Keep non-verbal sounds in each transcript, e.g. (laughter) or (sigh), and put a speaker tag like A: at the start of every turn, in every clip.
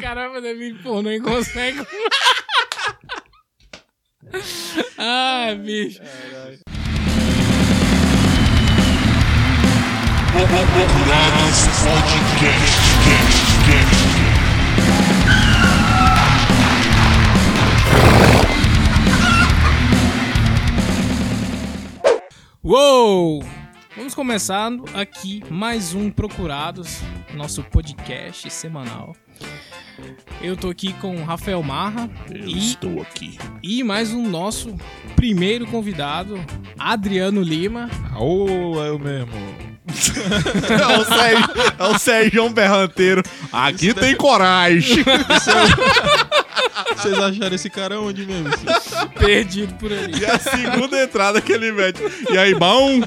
A: Caralho, fazer vídeo pornô e consegue. Ai, bicho.
B: Populares Podcast.
A: Uou! Vamos começando aqui mais um Procurados, nosso podcast semanal. Eu tô aqui com o Rafael Marra e,
B: estou aqui.
A: e mais um nosso primeiro convidado, Adriano Lima.
C: Ô, é eu mesmo.
B: (laughs) É o Sérgio, é o Sérgio Berranteiro. Aqui tem coragem.
C: Vocês acharam esse cara onde mesmo?
A: Perdido por ali.
B: (laughs)
D: (laughs)
B: E é a segunda entrada que ele mete. E aí, bom?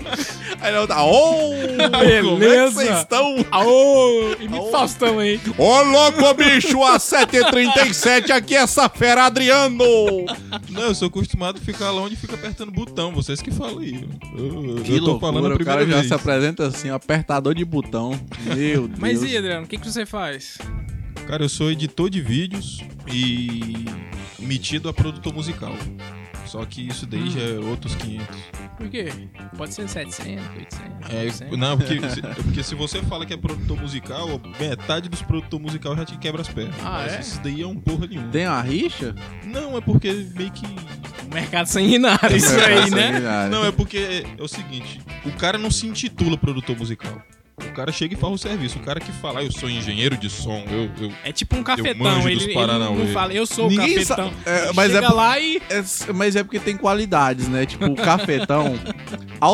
B: Aí ele tá. Ô, como é que
A: Beleza.
B: vocês estão?
A: Aô! E me Faustão aí.
B: Ô, louco, bicho, a 7h37 aqui, essa fera, Adriano.
C: Não, eu sou acostumado a ficar lá onde fica apertando botão. Vocês que falam aí. Eu, eu
D: Que
C: tô falando a
D: loucura, o
C: primeira
D: cara já
C: vez.
D: se apresenta assim, ó, apertador de botão. Meu Deus.
A: Mas e Adriano, o que, que você faz?
C: Cara, eu sou editor de vídeos e metido a produtor musical. Só que isso daí já é
A: Hum.
C: outros 500.
A: Por quê? Pode ser 700, 800,
C: É,
A: 900. (laughs)
C: não, porque se, porque se você fala que é produtor musical, metade dos produtores musical já te quebra as pernas.
A: Ah,
C: Mas
A: é?
C: isso daí é um porra nenhuma.
D: Tem uma rixa?
C: Não, é porque meio que
A: O mercado sanguinário, isso aí, né?
C: Não, é porque é o seguinte: o cara não se intitula produtor musical. O cara chega e fala o serviço. O cara que fala, "Ah, eu sou engenheiro de som, eu. eu-"
A: É tipo um
C: manjo
A: cafetão,
C: dos
A: ele, ele não
C: Paranauê.
A: fala, eu sou
D: Ninguém
A: o cafetão.
D: sa- é, mas
A: Chega
D: é por-
A: lá e...
D: É, mas é porque tem qualidades, né? Tipo, o cafetão,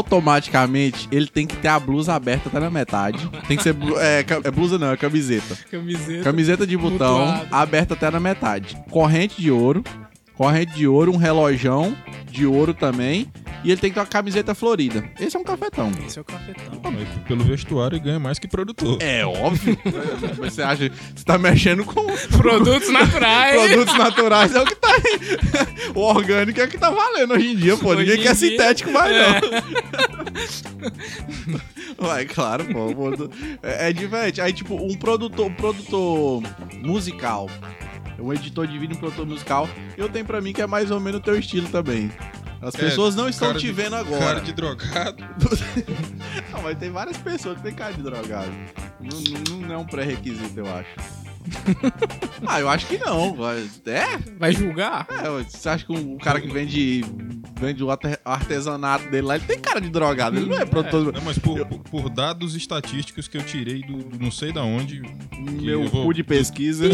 D: automaticamente, ele tem que ter a blusa aberta até na metade. Tem que ser. blu- É, ca- é blusa não, é camiseta.
A: Camiseta.
D: Camiseta de botão,
A: Mutuado.
D: aberta até na metade. Corrente de ouro. Corrente de ouro, um relojão de ouro também. E ele tem que ter uma camiseta florida. Esse é um cafetão.
A: Esse é o cafetão.
C: Ah, mas pelo vestuário ele ganha mais que produtor.
D: É óbvio. Mas (laughs) você acha. Você tá mexendo com
A: Produtos naturais.
D: produtos naturais, é o que tá aí. O orgânico é o que tá valendo hoje em dia, pô.
A: Hoje
D: Ninguém
A: em dia,
D: quer sintético mais,
A: é.
D: não. (laughs) Vai, claro, pô. pô, É, é diferente. Aí, tipo, um produtor, um produtor musical. Um editor de vídeo, um produtor musical, eu tenho pra mim que é mais ou menos o teu estilo também. As
C: É,
D: pessoas não estão
C: cara
D: te
C: de-
D: vendo
C: Cara
D: agora.
C: de drogado.
D: Não, mas tem várias pessoas que tem cara de drogado. Não, não- não é um pré-requisito, eu acho.
A: (laughs)
D: ah, eu acho que não. mas- É?
A: Vai julgar?
D: É, ué, você acha que um, um cara que vende, vende o arte- artesanato dele lá, ele tem cara de drogado, ele não é produtor.
C: Não, mas por, por- por dados estatísticos que eu tirei do, do não sei da onde,
D: Meu
C: Eu vou-
D: cu de pesquisa.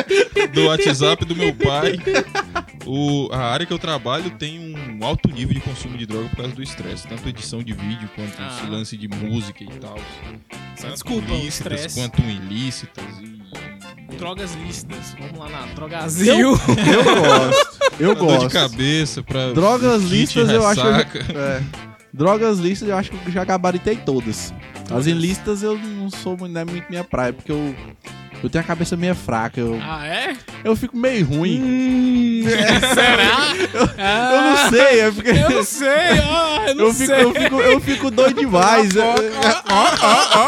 D: (laughs)
C: do WhatsApp do meu pai, o- a área que eu trabalho tem um alto nível de consumo de droga por causa do estresse. Tanto edição de vídeo quanto
A: Ah.
C: esse lance de música e tal.
A: Você
C: Tanto
A: Desculpa o
C: lícitas
A: estresse.
C: quanto ilícitas e
A: Drogas lícitas. Vamos lá na drogazil.
D: eu gosto. Eu
C: Pra dor de
D: gosto.
C: cabeça, pra.
D: Drogas
C: kit
D: listas eu acho.
C: ressaca.
D: É. Drogas listas eu acho que eu já gabaritei todas. As ilícitas eu não sou muito, não é muito minha praia, porque eu, eu tenho a cabeça meio fraca. Eu,
A: Ah, é?
D: eu fico meio ruim.
A: Hum, será?
D: (laughs)
A: Ah,
D: Eu não sei, é
A: (laughs)
D: porque.
A: Eu não sei. Ah, eu não
D: Eu
A: sei.
D: fico, eu, fico, eu fico doido demais. é,
A: Cala a
D: Eu-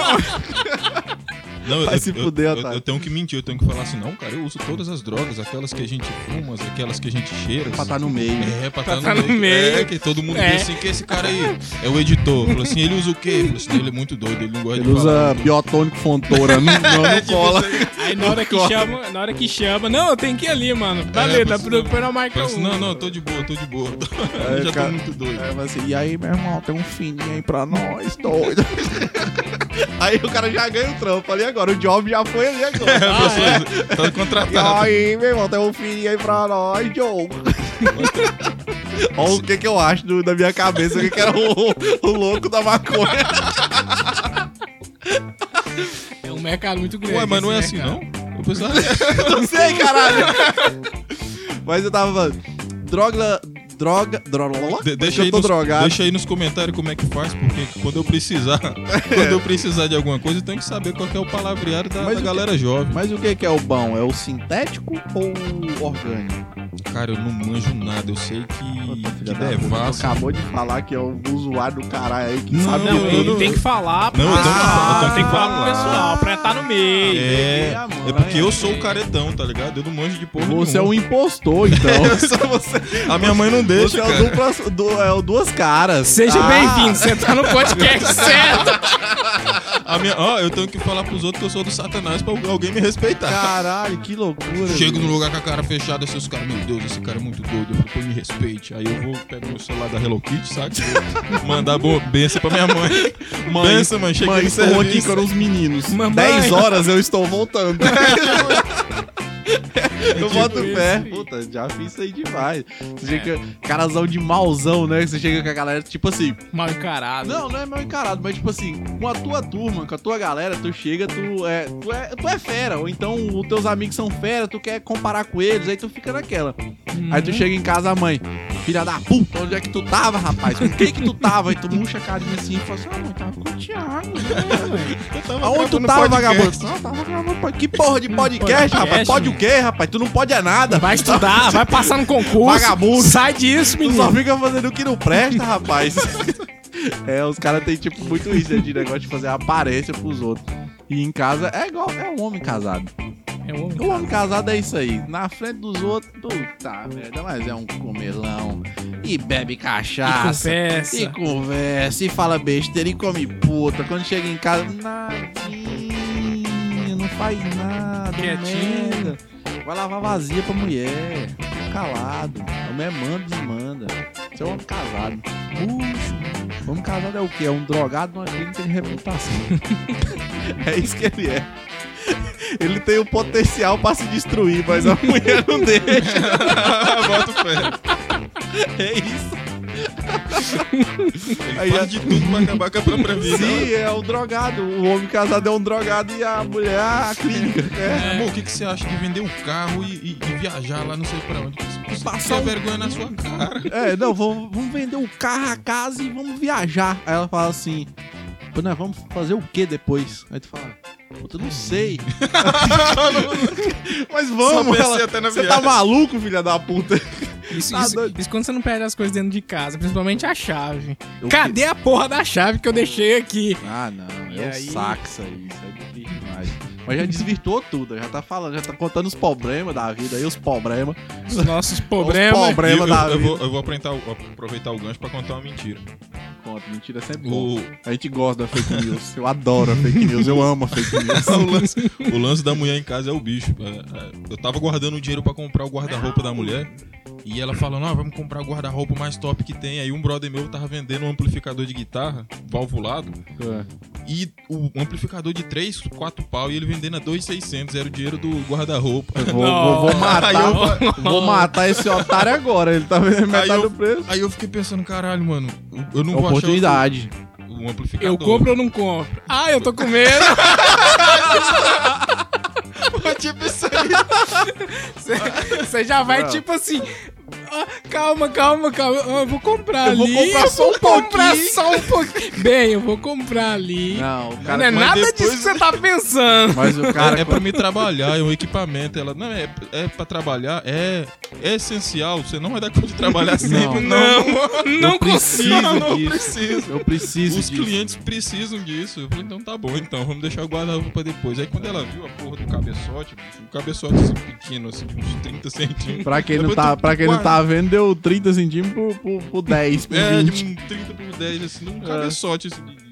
C: Não, eu,
D: Vai se
C: eu-
D: fuder,
C: eu,
D: otário.
C: eu tenho que mentir, eu tenho que falar assim, não, cara, eu uso todas as drogas, aquelas que a gente fuma, aquelas que a gente cheira.
D: pra tá no meio.
C: É, pra tá,
A: tá
C: no,
A: no
C: meio.
A: meio.
C: É, que todo mundo
A: É.
C: pensa assim, que esse cara aí é o editor. Falou assim, ele usa o quê? Falou assim, ele é muito doido, ele não gosta
D: Ele
C: de falar. É tipo
D: usa biotônico fontora, não, não,
C: (laughs)
D: não (laughs) cola.
C: Tá
A: Aí na hora que chama, na hora que chama, não, eu tenho que ir ali, mano. Valeu, tá
C: pois
A: pro
C: não.
A: põe na marca
C: Falou assim,
A: 1.
C: É, não, não, eu tô de boa, eu tô de boa.
D: É,
C: eu (laughs) já
D: cara.
C: tô muito doido.
D: É, mas assim, e aí, meu irmão, tem um fininho aí pra nós, doido. (laughs) aí o cara já ganha o trampo ali agora, o job já foi ali
A: Ah,
C: É, (laughs)
D: agora.
C: A pessoa Tá
D: (laughs)
C: contratado.
D: aí, meu irmão, tem um fininho aí pra nós, Joe. Olha o que que eu acho do- da minha cabeça, o que que era o, o louco da maconha. (laughs)
A: É um mercado muito grande. né,
C: Ué,
D: (laughs)
C: mas não é
A: esse
C: assim,
A: mercado.
C: não? Eu pensava.
D: Não sei, caralho. Mas eu tava falando, droga, droga, droga,
C: De- deixa,
D: eu
C: aí
D: tô
C: nos,
D: drogado.
C: deixa aí nos comentários como é que faz, porque quando eu
D: (laughs)
C: precisar, quando eu precisar de alguma coisa, eu tenho que saber qual que é o palavreado da,
D: Mas
C: da
D: o que-
C: galera jovem.
D: Mas o que que é o bom? É o sintético ou o orgânico?
C: Cara, eu não manjo nada, eu sei
D: Puta, filha
C: que, que
D: da
C: é
D: puta, tu
C: devassa.
D: Acabou de falar que eu uso usuário do caralho aí que
C: Não,
D: sabe Ah,
A: Não,
C: eu
A: ele
C: não-
A: tem que falar pro
C: Não, eu tô-
A: pessoal.
C: eu tô
A: tem que falar pro
C: falando.
A: pessoal, pra estar no meio.
C: É,
D: peguei a mão,
C: é porque eu
D: né?
C: sou o caretão, tá ligado? Eu não manjo de porra
D: Você é um
C: nenhuma.
D: impostor, (laughs) então.
B: Só você.
C: A minha mãe não
D: Você
C: deixa,
D: é o
C: cara.
D: duplas- du- é o duas caras.
A: Seja
D: Ah,
A: bem-vindo, você tá no
C: (laughs)
A: podcast certo.
C: A minha... Ó, eu tenho que falar pros outros que eu sou do satanás pra alguém me respeitar.
D: Caralho, que loucura.
C: Chego
D: velho.
C: no lugar com a cara fechada, assim, os caras, meu Deus, esse cara é muito doido, eu falo, me respeite. Aí eu vou, pego meu celular da Hello Kitty,
D: (laughs)
C: sabe? Vou Mandar boa benção pra minha mãe.
D: Mãe,
C: benção, mãe, cheguei
D: Mãe, é
C: no
D: estou aqui
C: serviço.
D: com os meninos.
A: Mamãe.
D: 10 horas eu estou voltando. eu
A: tipo
D: boto
A: isso,
D: fé.
A: filho.
D: Puta, já fiz isso aí demais. Você chega, carazão de mauzão, né? Você chega com a galera, tipo assim.
A: Mal encarado.
D: Não, não é mal encarado, mas tipo assim, com a tua turma, com a tua galera, tu chega, tu é, tu é, tu é fera. Ou então os teus amigos são fera, tu quer comparar com eles, aí tu fica naquela.
A: Uhum.
D: Aí tu chega em casa, a mãe, filha da puta, onde é que tu tava, rapaz? Com quem que tu tava? Aí tu murcha a carinha assim e fala assim, ah, mãe, tava com o Thiago.
A: É, ué.
C: Eu tava
D: Aonde tu tava,
C: gravando podcast.
D: vagabundo? Não, tava gravando pod- Que porra de
A: Hum,
D: podcast,
A: podcast,
D: rapaz? Pode o
A: mano.
D: quê, rapaz? Tu não pode é nada.
A: Vai estudar, vai passar no concurso.
D: Vagabundo.
A: Sai disso,
D: Tu só
A: menino.
D: fica fazendo o que não presta, rapaz. (laughs) é, os caras têm, tipo, muito isso né, de negócio de fazer aparência pros outros. E em casa é igual, é um homem casado.
A: É um homem.
D: O homem casado é isso aí. Na frente dos outros, puta merda, mas é um comelão. E bebe
A: E
D: cachaça.
A: confessa.
D: E conversa, e fala besteira, e come puta. Quando chega em casa, nadinha, não faz nada.
A: Quietinho.
D: merda. Vai lavar vazia pra mulher. Calado. A mulher manda e desmanda. Isso é um homem casado. Puxa, homem casado é o quê? É um drogado, mas ele não tem reputação. (laughs) é isso que ele é. Ele tem o potencial pra se destruir, mas a mulher não deixa. (laughs)
C: (laughs) Bota o
D: É isso.
C: pé.
D: Aí
C: Ele fala
D: a-
C: de tudo pra acabar com a própria vida.
D: Sim, é um drogado. O homem casado é um drogado e a mulher a clínica. É.
C: Amor, o que, que você acha de vender um carro e, e- e viajar lá não sei pra onde? Você
D: Passar
C: Passar
D: um-
C: é vergonha
D: (laughs)
C: na sua cara.
D: É, não, vamos, vamos vender o carro, a casa e vamos viajar. Aí ela fala assim, pô, nós vamos fazer o que depois? Aí tu fala, puta, não sei. (laughs) Mas vamos,
C: Só pensei
D: ela,
C: até na
D: você tá
C: viagem.
D: maluco, filha da puta?
A: Isso,
D: Tá
A: isso-
D: doido.
A: isso quando você não perde as coisas dentro de casa, principalmente a chave.
D: Eu-
A: Cadê a porra da chave que eu deixei aqui?
D: Ah, não,
A: E
D: é
A: aí?
D: um saco isso aí, isso é difícil demais. Mas já desvirtuou tudo, já tá falando, já tá contando os problemas da vida aí, os problemas.
A: Os nossos
D: Os
A: problemas.
D: pobres. Problema
C: E eu,
D: da
C: eu, eu
D: vida.
C: vou, eu vou aproveitar, o- aproveitar o gancho pra contar uma mentira.
D: Conta, mentira é sempre bom.
C: O,
D: A gente gosta da fake news, eu adoro a fake news, eu amo a fake news. (laughs)
C: o, lance, o lance da mulher em casa é o bicho. É, é, Eu tava guardando o dinheiro pra comprar o guarda-roupa da mulher. E ela falando, ah, vamos comprar o guarda-roupa mais top que tem. Aí um brother meu tava vendendo um amplificador de guitarra, valvulado, e o um amplificador de 3, 4 pau, e ele vendendo a 2,600, era o dinheiro do guarda-roupa.
D: Vou, vou- vou matar,
C: Aí
D: vou matar esse otário agora. Ele tá vendo metade
C: eu-
D: do preço.
C: Aí eu fiquei pensando, caralho, mano, eu não vou
D: É
C: achar
D: Oportunidade.
C: o, o
A: (laughs)
C: amplificador.
A: Eu compro ou não compro? Ah, eu tô com
D: (laughs)
A: medo.
C: tipo
A: Você já vai
D: Não.
A: tipo assim. "Ah, Calma, calma, calma. Ah, Eu vou comprar
D: Eu
A: ali.
D: vou comprar só
A: vou
D: um
A: comprar
D: pouquinho."
A: só um pouquinho. Bem, eu vou comprar ali. Não,
D: Não, o
A: é
D: cara.
C: mas
A: nada
C: depois-
A: disso que você tá pensando.
D: (laughs) Mas o cara.
C: É pra me trabalhar, é um equipamento. Ela, não, é, é pra trabalhar, é, é essencial. Você não vai dar conta de trabalhar sempre.
A: Não, não consigo.
D: preciso
C: não, não
D: disso.
C: preciso.
D: Eu preciso.
C: Os
D: disso.
C: clientes precisam disso. Eu falei, então tá bom, então, vamos deixar o guarda-roupa pra depois. Aí quando ela viu a porra do cabeçote, bicho, um cabeçote assim pequeno, assim, de uns 30 centímetros.
D: Pra quem, não
C: Depois
D: tá,
C: tu
D: pra quem não
C: guarda.
D: tá vendo, deu 30 centímetros por, por, por 10, por
C: É,
D: 20.
C: de um 30 por 10, assim,
A: É.
C: um cabeçote, assim, de... de-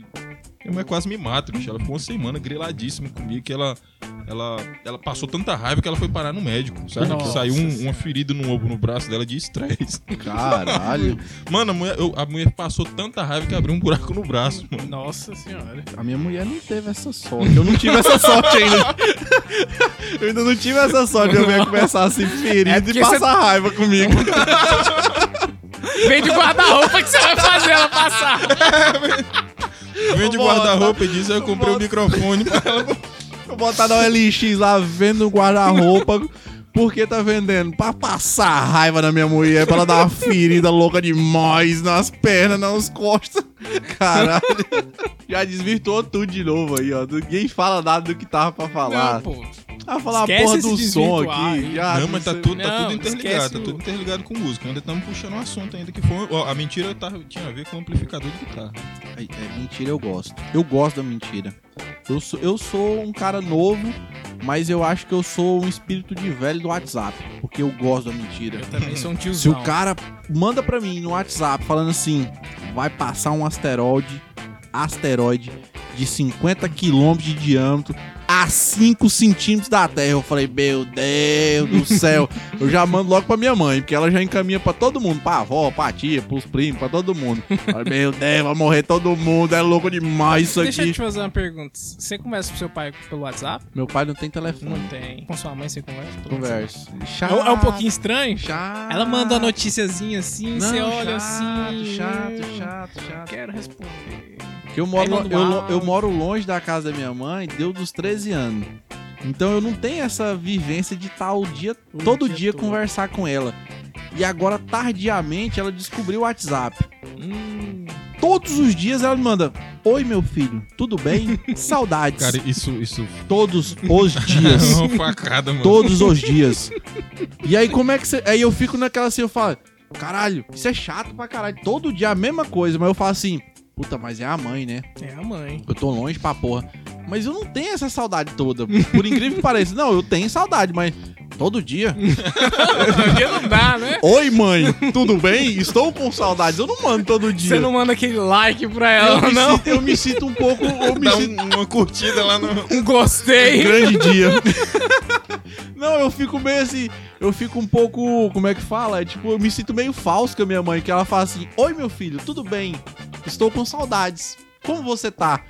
C: Minha mulher quase me mata, bicho. Ela ficou uma semana greladíssima comigo que ela, ela, ela passou tanta raiva que ela foi parar no médico, sabe? Que
A: Nossa.
C: saiu um- uma ferida no ombro no braço dela de estresse. (laughs)
D: Caralho.
C: Mano, a mulher, eu- a mulher passou tanta raiva que abriu um buraco no braço, mano.
A: Nossa senhora.
D: A minha mulher não teve essa sorte. Eu não tive essa sorte ainda. (laughs) Eu ainda não tive essa sorte. Eu ia começar a se ferir
A: É
D: e
A: porque
D: passar raiva comigo.
A: Vem de guarda-roupa que você vai fazer ela passar.
C: Vende
D: Volta.
C: guarda-roupa e diz, aí eu comprei o
D: Volta.
C: microfone (laughs) pra ela.
D: Vou (laughs) botar na OLX lá vendo um guarda-roupa. Porque tá vendendo? Pra passar raiva na minha mulher, pra ela dar uma ferida louca demais nas pernas, nas costas. Caralho. Já desvirtuou tudo de novo aí, ó. Ninguém fala nada do que tava pra falar.
A: Não, pô.
D: Ah, falar a
A: Esquece
D: porra
A: esse
D: do som
A: desvirtuar
D: aqui.
A: aí.
D: já,
C: não, mas tá
D: sei-
C: tudo, tá
A: Ah, Não,
C: tudo interligado,
A: esquece
C: tá
A: o-
C: tudo interligado com música. Ainda estamos puxando um assunto ainda que foi. ó, a mentira tá- tinha a ver com o amplificador de guitarra.
D: Ai, é, mentira eu gosto. Eu gosto da mentira. Eu sou, eu sou um cara novo, mas eu acho que eu sou um espírito de velho do WhatsApp, porque eu gosto da mentira.
A: Eu também sou um
D: Se
A: tiozão.
D: o cara manda pra mim no WhatsApp falando assim, vai passar um asteroide, asteroide de 50 quilômetros de diâmetro a 5 centímetros da Terra. Eu falei, meu Deus
A: (laughs)
D: do céu. Eu já mando logo pra minha mãe, porque ela já encaminha pra todo mundo, pra avó, pra tia, pros primos, pra todo mundo. Eu Falei, meu Deus, vai morrer todo mundo, é louco demais isso
A: Deixa eu
D: aqui.
A: te fazer uma pergunta. Você conversa com seu pai pelo WhatsApp?
D: Meu pai não tem telefone.
A: Não tem. Com sua mãe você conversa? pelo WhatsApp?
D: Conversa.
A: É, um- é um pouquinho estranho?
D: chato.
A: Ela manda uma noticiazinha assim,
D: Não,
A: você olha
D: chato,
A: assim.
D: Chato,
A: "Hum,
D: chato, chato.
A: Quero responder.
D: Que eu moro,
A: Aí manda um
D: eu, lo-
A: áudio.
D: eu moro longe da casa da minha mãe, deu dos 13 anos. Então eu não tenho essa vivência de estar o dia,
A: O
D: todo
A: dia
D: dia,
A: todo.
D: conversar com ela. E agora, tardiamente, ela descobriu o WhatsApp.
A: Hum,
D: Todos os dias ela me manda: Oi, meu filho, tudo (laughs) bem? Saudades.
C: (laughs) Cara, isso.
A: (laughs)
C: isso...
D: Todos os (laughs)
C: É
D: dias.
C: uma facada, mano.
D: todos os (laughs) dias. E aí, como é que você. Aí eu fico naquela assim, eu falo, caralho, isso é chato pra caralho. Todo dia a mesma coisa, mas eu falo assim, puta, mas é a mãe, né?
A: é a
D: (laughs)
A: mãe.
D: Eu tô longe pra porra. Mas eu não tenho essa saudade toda. Por incrível que pareça. Não, eu tenho saudade, mas todo dia.
A: Porque não dá, né?
D: Oi, mãe, tudo bem? Estou com saudades. Eu não mando todo dia.
A: Você não manda aquele like pra
D: eu,
A: ela,
D: me
A: não?
D: Sinto, eu me sinto um pouco. Eu me
C: Dá
D: sinto
C: um- uma curtida lá no.
A: Um gostei.
D: grande dia. É (laughs) Não, eu fico meio assim. Eu fico um pouco. Como é que fala? É, Tipo, eu me sinto meio falso com a minha mãe, que ela fala assim: Oi, meu filho, tudo bem? Estou com saudades. Como você tá?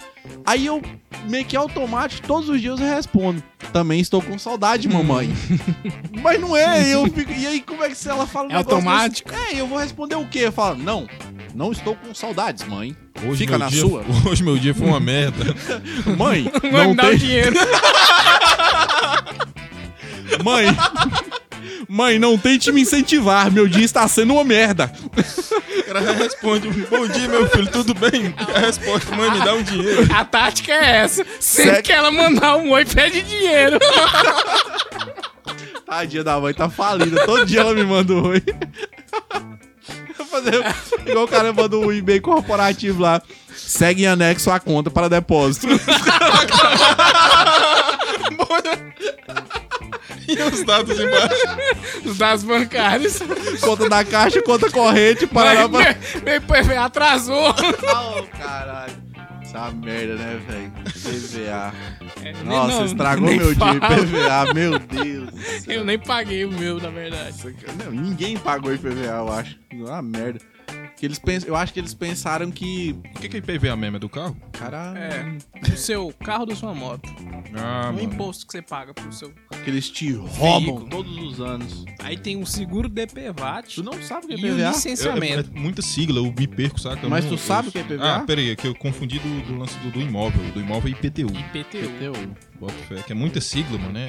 D: Aí eu, meio que automático, todos os dias eu respondo: Também estou com saudade, mamãe. (laughs) Mas não é, eu fico. E aí, como é que se ela fala um
A: É
D: negócio desse?
A: automático?
D: É, eu vou responder o quê? Eu falo: Não, não estou com saudades, (laughs) mãe.
C: Hoje
D: Fica
C: meu
D: na
C: dia-
D: sua.
C: (laughs) Hoje meu dia foi uma merda.
D: Mãe,
A: Mãe,
D: não
A: me dá o
D: tem.
A: dinheiro.
D: Mãe, mãe, não tente me incentivar. Meu dia está sendo uma merda.
C: O cara responde: Bom dia, meu filho, tudo bem? A resposta: Mãe, me dá um dinheiro.
A: A tática é essa. Sempre
D: Segue.
A: que ela mandar um oi, pede dinheiro.
D: Tadinha da mãe, tá falida. Todo dia ela me manda um oi. Fazer igual o cara manda um e-mail corporativo lá. Segue em anexo a conta para depósito.
C: E os dados embaixo.
A: Os dados (laughs) bancários.
D: Conta da caixa, conta corrente, para
A: Mas me- me- me atrasou.
D: Oh, caralho. Essa merda, né, velho? PVA.
A: É, nem-
D: Nossa,
A: não,
D: estragou
A: nem
D: meu dia.
A: fala.
D: PVA, meu Deus. do céu.
A: Eu nem paguei o meu, na verdade.
D: Isso aqui- Não, ninguém pagou IPVA, eu acho. É uma merda. Que eles pensam, eu acho que eles pensaram que.
C: O que, que é IPVA mesmo? É do carro?
D: Caralho.
A: É, o seu carro da sua moto.
D: Tá
C: Ah,
D: Um
A: o
C: mano.
A: imposto que você paga pro seu.
D: Que eles te roubam
A: Veículo.
D: todos os anos.
A: Aí tem o seguro DPVAT
D: Tu não sabe o que é
A: e o
D: IPVA?
C: Eu- é,
A: licenciamento.
C: é muita sigla, eu me perco, saca? Eu
D: Mas
C: não-
D: tu
C: eu-
D: sabe o que é IPVA?
C: Ah, peraí, é que eu confundi do, do lance do, do imóvel. Do imóvel é IPTU.
A: IPTU.
C: Bota fé, que é muita sigla, mano. É,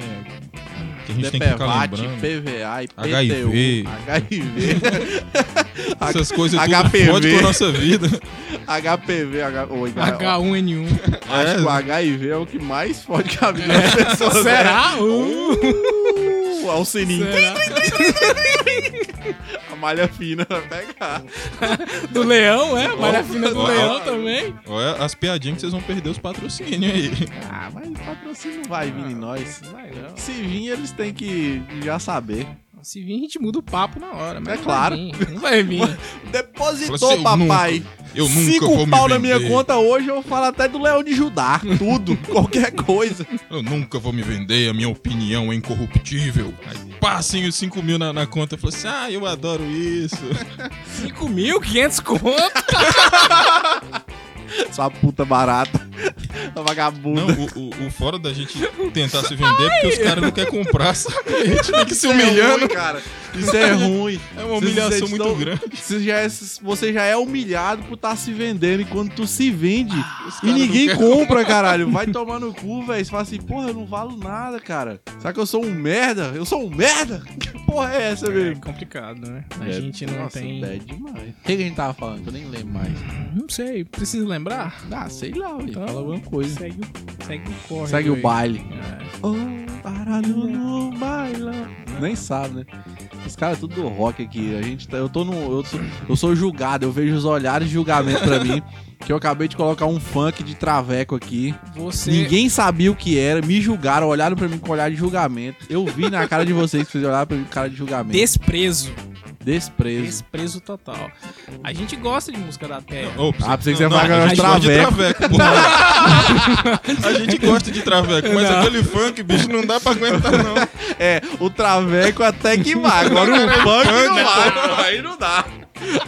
C: que a gente tem que ficar
D: DPVAT,
C: lembrando.
D: PVA, IPTU,
C: HIV.
D: HIV,
C: (laughs) Essas coisas
D: HPV.
C: tudo fode com a nossa vida.
D: HPV, H... Oi, cara.
A: H1N1.
D: Acho que o HIV é o que mais fode com a vida das pessoas. né?
A: Será? Uh,
D: Uh, ao sininho.
A: será?
D: A malha fina. (laughs) Pega.
A: Do leão, é? Malha fina do
C: Ó, ó.
A: leão também.
C: Olha as piadinhas que vocês vão perder os patrocínios aí.
D: Ah, mas o patrocínio não vai vir em nós.
A: Vai não.
D: Se vir, eles têm que já saber.
A: Se vir, a gente muda o papo na hora. Mas
D: É
A: não
D: claro.
A: Vai vir, não vai
D: (laughs)
A: vir.
D: Depositou,
C: Fala assim, eu
D: papai.
C: Eu nunca
D: Cinco
C: vou me
D: pau na
C: vender.
D: minha conta hoje, eu falo até do Leão de Judá. Tudo, (laughs) qualquer coisa.
C: Eu nunca vou me vender, a minha opinião é incorruptível. Aí passem os 5 mil na, na conta e falam assim: ah, eu adoro isso.
A: 5.500 conto.
D: Essa puta barata. Essa vagabunda.
C: Não, o, o- o fora da gente tentar se vender é porque os caras não querem comprar, saca? A gente fica se
D: Isso é ruim,
C: humilhando.
D: cara. Isso
C: (laughs)
D: é ruim.
C: É uma humilhação
D: Vocês
C: muito
D: estão-
C: grande.
D: Você já, é, você já é humilhado por estar se vendendo enquanto tu se vende. e
C: caras
D: ninguém
C: Ah, não
D: compra,
C: (laughs)
D: caralho. Vai tomar no cu, velho. Você fala assim, porra, eu não valo nada, cara. Será que eu sou um merda? Eu sou um merda? (laughs) Que porra é essa,
A: É
D: velho?
A: complicado, né? A gente não
D: Nossa,
A: tem.
D: bad demais. O que, que a gente tava falando? Que eu nem lembro mais.
A: Não sei, precisa lembrar?
D: Ah, sei lá, velho.
A: Então,
D: Fala alguma coisa.
A: Segue, o- segue o corre.
D: Segue o
A: bar.
D: baile.
A: É.
D: Oh, Parado no baila. Nem sabe, né? Os caras tudo do rock aqui. A gente tá- eu tô no. Eu sou, eu sou julgado, eu vejo os olhares de julgamento pra mim. Que eu acabei de colocar um funk de traveco aqui.
A: Você.
D: Ninguém sabia o que era, me julgaram, olharam pra mim com olhar de julgamento. Eu vi na cara de vocês que vocês olharam pra mim com cara de julgamento.
A: Desprezo.
D: Desprezo.
A: Desprezo total. A gente gosta de música da terra.
C: Ô, pra
D: Ah, pra você que você
C: não,
D: vai
C: não, a
D: ganhar
C: gente gosta de traveco.
D: (laughs)
C: pô. a gente gosta de traveco, mas
A: Não.
C: aquele funk, bicho, não dá pra aguentar, não.
D: É, o traveco até que vai. Agora o funk não vai. Aí não dá.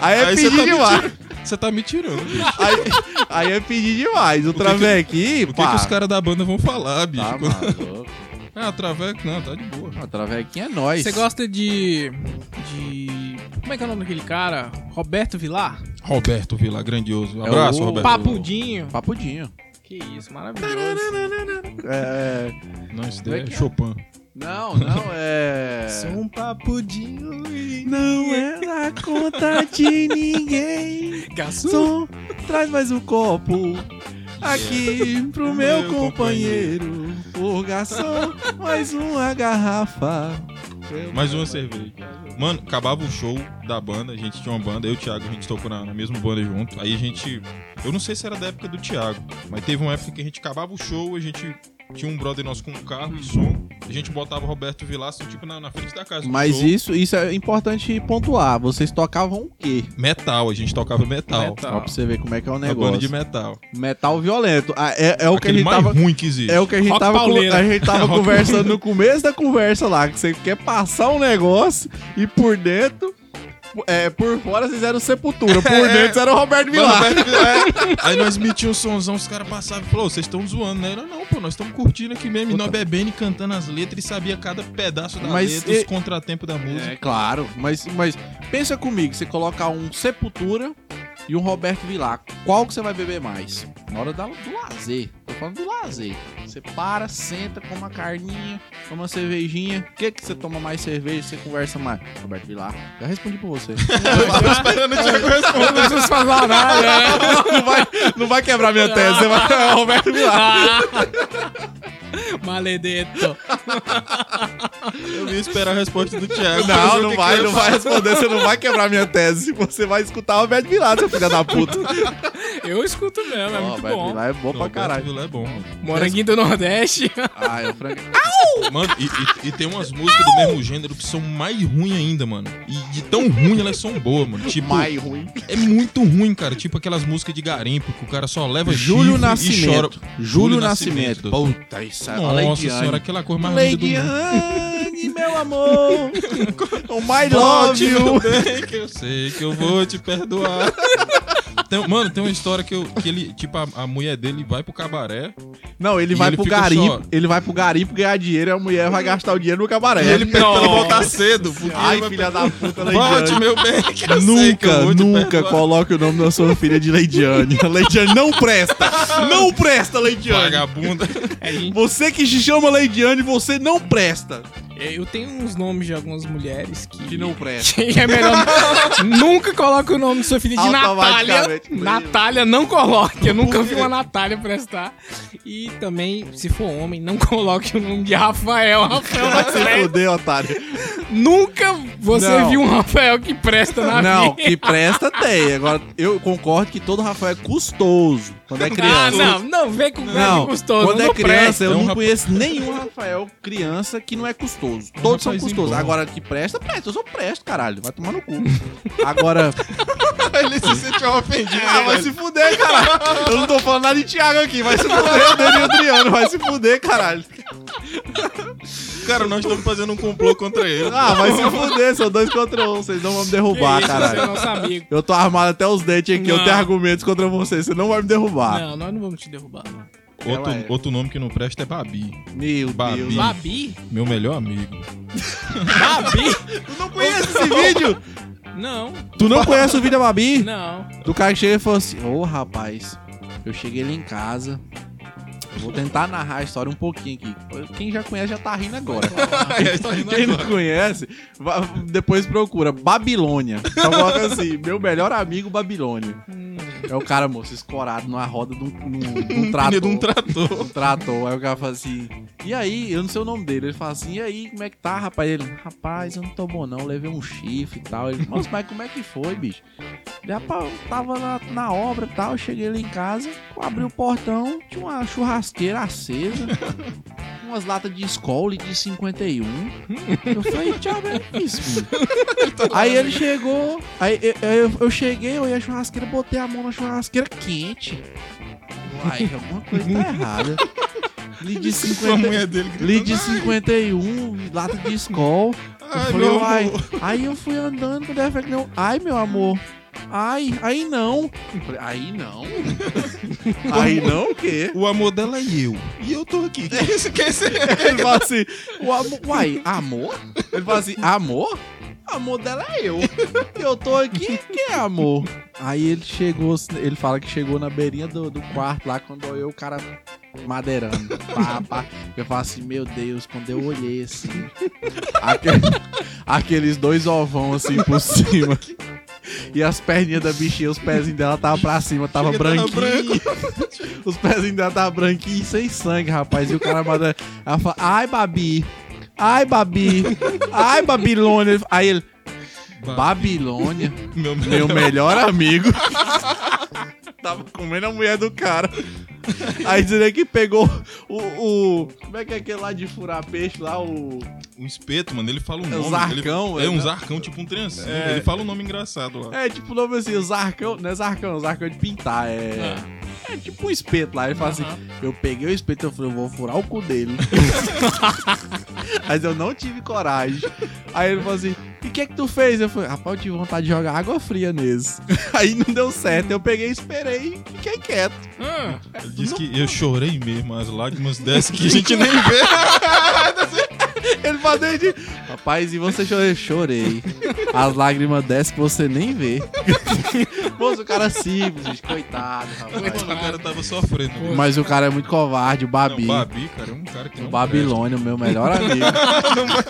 D: Aí é
C: Aí você
D: pedir
C: tá
D: demais.
C: mentindo. Você tá me tirando, bicho.
D: Aí, aí é pedir demais. O
C: que que-
D: traveco aqui,
C: O que,
D: pá.
C: que os caras da banda vão falar, bicho?
D: Tá
C: Quando-
D: maluco.
C: Ah, traveco, não, tá de boa.
D: Ah, Travequinho é nóis.
A: Você gosta de. de. Como é que é o nome daquele cara? Roberto Vilar?
C: Roberto Vila, grandioso.
D: É
C: Abraço,
D: o-
C: Roberto.
A: Papudinho.
D: Papudinho.
A: Que isso, maravilhoso.
D: É.
C: Não, isso daí
D: Como
C: é
D: é que é?
C: Chopin.
D: Não, não, é.
A: Sou um papudinho e.
D: Não é na conta de ninguém.
A: Garçom.
D: Som, traz mais um copo. Aqui pro meu,
C: Meu
D: companheiro. Ô garçom, mais uma garrafa.
C: Mais uma cerveja. Mano, acabava o show da banda, a gente tinha uma banda, eu e o Thiago, a gente tocou na, na mesma banda junto. Aí a gente. Eu não sei se era da época do Thiago, mas teve uma época que a gente acabava o show, a gente tinha um brother nosso com um carro de som, a gente botava o Roberto Vilaço, tipo, na, na frente da casa. do
D: Mas
C: show.
D: isso, isso é importante pontuar. Vocês tocavam o quê?
C: Metal, a gente tocava metal.
A: Metal. (laughs)
D: Só pra você ver como um é que é o
C: Uma banda
D: negócio.
C: de metal.
D: Metal violento. Ah, é, é o que a
C: Aquele
D: gente
C: mais
D: tava.
C: ruim que existe.
D: É o que a gente
A: Rock
D: tava,
A: pauleira.
D: a gente
C: (laughs)
D: tava
C: Rock
D: conversando no começo da conversa lá, que você quer passar um negócio e por dentro, é, por fora vocês eram Sepultura,
C: (laughs)
D: por
C: É.
D: dentro vocês eram Roberto
C: Mano,
D: Vilar.
C: Roberto Vilar- Aí nós metíamos o somzão, os caras passavam e falaram, vocês estão zoando, né? Eu, não, pô, nós estamos curtindo aqui mesmo, e nós bebendo e cantando as letras e sabia cada pedaço da
D: Mas
C: letra,
D: e-
C: os contratempos da música.
D: É, claro, mas, mas pensa comigo, você colocar um Sepultura e um Roberto Vilar, qual que você vai beber mais? Na hora da, do lazer, tô falando do lazer. Você para, senta, come uma carninha, toma uma cervejinha, o que que você toma mais cerveja, você conversa mais? Roberto Vilar, já respondi pra você.
C: (laughs) Eu tô esperando o Thiago responder.
A: Não precisa falar nada, né?
D: (laughs) não, vai, não vai quebrar minha tese, vai, é o Roberto Vilar.
A: (laughs) Maledeto.
C: Eu ia esperar a resposta do Thiago. pra ver
D: Não,
C: o
D: não
C: que
D: vai,
C: que
D: não
C: eu-
D: vai responder, você não vai quebrar minha tese. Você vai escutar o Roberto Vilar, seu filho da puta.
A: Eu escuto mesmo, é
D: Ó,
A: muito
D: Roberto
A: bom.
D: Vilar é bom
C: Não,
D: pra caralho.
C: Roberto Vilar é
A: Moranguinho do
D: (laughs)
A: Nordeste.
D: Ah, é o Frank.
C: bom. Mano, e, e- e tem umas músicas do mesmo gênero que são mais ruins ainda, mano. E de tão ruim elas são boas, mano. Tipo,
D: mais ruim.
C: é muito ruim, cara. Tipo aquelas músicas de garimpo que o cara só leva
D: Júlio
C: chifre e chora.
D: Nascimento. Júlio
C: Tipo, Júlio
D: Nascimento.
C: Nascimento.
D: Puta, isso é a
C: Nossa
D: Lady
C: senhora,
D: Anne.
C: aquela cor mais linda do
D: Lady
C: mundo.
D: Anne, meu (laughs) amor. Oh, my
C: Volte,
D: love
C: meu
D: you.
C: bem, que eu sei que eu vou te perdoar. Tem- mano, tem uma história que, eu, que ele, tipo, a, a mulher dele vai pro cabaré
D: Não, ele
C: E
D: vai
C: ele
D: pro
C: fica
D: garimpo.
C: só-
D: Ele vai pro garimpo ganhar dinheiro e a mulher vai gastar o dinheiro no cabaré.
C: e ele pede pra ela
A: Nossa.
C: voltar cedo. Porque
D: Ai,
C: ele vai
D: filha da puta,
C: pra-
D: Lady Anne.
C: Volte, meu bem, que eu sei que eu
D: Nunca,
C: vou te
D: nunca
C: perdoar.
D: coloque o nome da sua filha de Leidiane. A Leidiane não presta! Não presta, Leidiane! (laughs)
C: Vagabunda.
A: A gente
D: Você que se chama Leidiane, você não presta!
A: É, Eu tenho uns nomes de algumas mulheres que.
D: Que não
A: (laughs)
D: presta.
A: Que é melhor. nunca coloque o nome do seu filho de Natália.
D: Automaticamente.
A: Natália, não coloque. Eu nunca
D: Por
A: vi
D: quê?
A: uma Natália prestar. E também, se for homem, não coloque o nome de Rafael. Rafael não
D: Vai se
A: presta.
D: fuder, otário.
A: Nunca você
D: Não.
A: viu um Rafael que presta na
D: Não,
A: vida.
D: que presta tem. Agora, eu concordo que todo Rafael é custoso quando é
A: Ah,
D: criança.
A: não, não, vem com
D: Não,
A: não, custoso.
D: quando
A: não
D: é criança,
A: presta.
D: eu
C: É um
D: não
C: rap-
D: conheço nenhum Rafael criança que não é custoso.
C: Um
D: Todos são
C: rapazinho
D: custosos.
C: bom.
D: Agora, que presta, presta. Eu sou presto, caralho. Vai tomar no cu. Agora,
C: ele se sentiu ofendido.
D: (laughs) Ah, vai se fuder, caralho. Eu não tô falando nada de Thiago aqui. Vai se (laughs) fuder, Danilo Adriano. Vai se fuder, caralho.
C: Cara, nós estamos fazendo um complô contra ele.
D: Ah, vai se fuder. São dois contra um. Vocês não vão me
A: Que
D: derrubar,
A: isso, Você é
D: caralho.
A: não sabia.
D: Eu tô armado até os dentes aqui. Eu
A: Não.
D: tenho argumentos contra vocês. Você não vai me derrubar.
A: Não, nós não vamos te derrubar. não.
C: Outro,
D: Ela é.
C: outro nome que não presta é Babi,
D: Meu
C: Babi.
D: Deus.
A: Babi?
C: meu melhor amigo.
A: Babi?
D: Tu não conhece (laughs) esse vídeo?
A: Não,
D: Tu não
C: (laughs)
D: conhece o vídeo da Babi?
A: não.
D: Do cara que chega e falou assim: Ô rapaz, eu cheguei lá em casa. Eu vou tentar narrar a história um pouquinho aqui. Quem já conhece já tá rindo agora.
C: tá
D: Quem não conhece, va- Então depois procura Babilônia. Só coloca assim: Meu melhor amigo Babilônia. É o cara, moço, escorado numa roda de um, num- num trator.
C: Pneu de um trator.
D: um trator. Aí o cara fala assim, e aí? Eu não sei o nome dele. Ele fala assim, e aí, como é que tá, rapaz? Ele, rapaz, eu não tô bom não, levei um chifre e tal. Ele, mas, mas como é que foi, bicho? Ele, rapaz, eu tava na, na obra e tal, eu cheguei lá em casa, eu abri o portão, tinha uma churrasqueira acesa, umas latas de Skol de 51. Eu falei, tchau, é isso, bicho? Aí ele chegou, aí eu, eu- eu cheguei, eu ia à churrasqueira, botei a mão na churrasqueira quente. Uai, alguma coisa tá errada. Lide
C: Com a
D: 50,
C: mulher tá dele gritando,
D: Lide
C: "Ai,
D: 51, lata de Skol. Eu
C: ai,
D: falei,
C: meu
D: uai.
C: amor."
D: um Aí eu fui andando quando era que não. Ai, meu amor. Ai, aí não. Eu falei, aí
C: (laughs)
D: não. aí não o quê?
C: O amor dela e eu. E eu tô (laughs) aqui. Que isso, que isso?
D: Ele fala assim, o amor, uai, amor? Ele fala assim, amor? Amor dela é eu. Eu tô aqui, que é amor? Aí ele chegou, ele fala que chegou na beirinha do, do quarto lá, quando eu o cara madeirando. Pá, pá. Eu falo assim, meu Deus, quando eu olhei assim, aquele- aqueles dois ovão assim por cima. E as perninhas da bichinha, os pezinhos dela tava pra cima, tava
C: Chega, tava
D: branquinho. Os pezinhos dela tava branquinho, sem sangue, rapaz. E o cara manda. Ela fala, ai, Babi. Ai, Babi. Ai, Babilônia. Ele- Aí ele. Babilônia?
C: Meu,
D: Meu melhor amigo. Tava comendo a mulher do cara. Aí diria que pegou o, o- Como é que é aquele lá de furar peixe lá? O.
C: Um espeto, mano. Ele fala um
D: É
C: nome.
D: um zarcão,
C: ele, é
D: é,
C: um
D: né?
C: zarcão, tipo um trancinho.
D: É.
C: Ele fala um nome engraçado lá.
D: É tipo o nome assim, o Zarcão. Não é Zarcão, o Zarcão é de pintar.
A: Ah.
D: É. É tipo um espeto lá. Ele fala assim: Eu peguei o espeto e eu falei, eu vou furar o cu (laughs) dele. Mas eu não tive coragem. Aí ele falou assim: E o que é que tu fez? Eu falei: Rapaz, eu tive vontade de jogar água fria neles. (laughs) Aí não deu certo. Eu peguei, esperei e fiquei quieto.
A: Ah,
C: Ele diz que eu chorei mesmo, as lágrimas descem que a gente nem vê.
D: Ele falou de. Rapaz, e você chorou? Eu chorei. As lágrimas descem que você nem vê. (laughs) Moço, o cara é simples, gente. Coitado, rapaz. (laughs)
C: O cara tava sofrendo. né?
D: Mas o cara é muito covarde, o
C: Não,
D: Babi.
C: Babi, cara, é um cara que não
D: Babilônia, o meu (laughs) melhor amigo.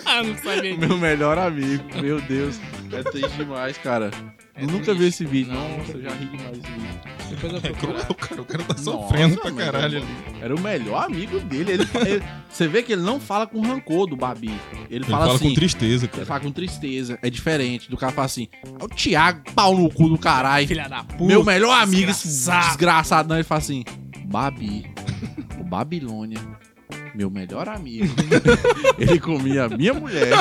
A: Ah, não sabia.
D: Meu melhor amigo, meu Deus. É triste demais, cara.
A: É
D: Eu nunca
A: triste.
D: vi esse vídeo.
A: Não,
D: Nossa, eu já ri demais desse vídeo.
A: Depois eu
C: presta. É
A: procurar.
C: cruel, cara. O cara tá
D: Nossa,
C: sofrendo pra
D: mas
C: caralho
D: é
C: ali.
D: Era o melhor amigo dele. Ele, ele- você vê que ele não fala com rancor do Babi. Ele,
C: Ele
D: fala,
C: fala
D: assim.
C: com tristeza,
D: ele
C: cara.
D: fala com tristeza. É diferente do cara fala assim. "Ah, O Thiago, pau no cu do caralho.
A: Filha da puta.
D: Meu melhor amigo, esse
A: desgraçado."
D: desgraçado. Não, ele fala assim. Babi, o Babilônia, meu melhor (laughs) amigo. ele comia a minha mulher. (laughs)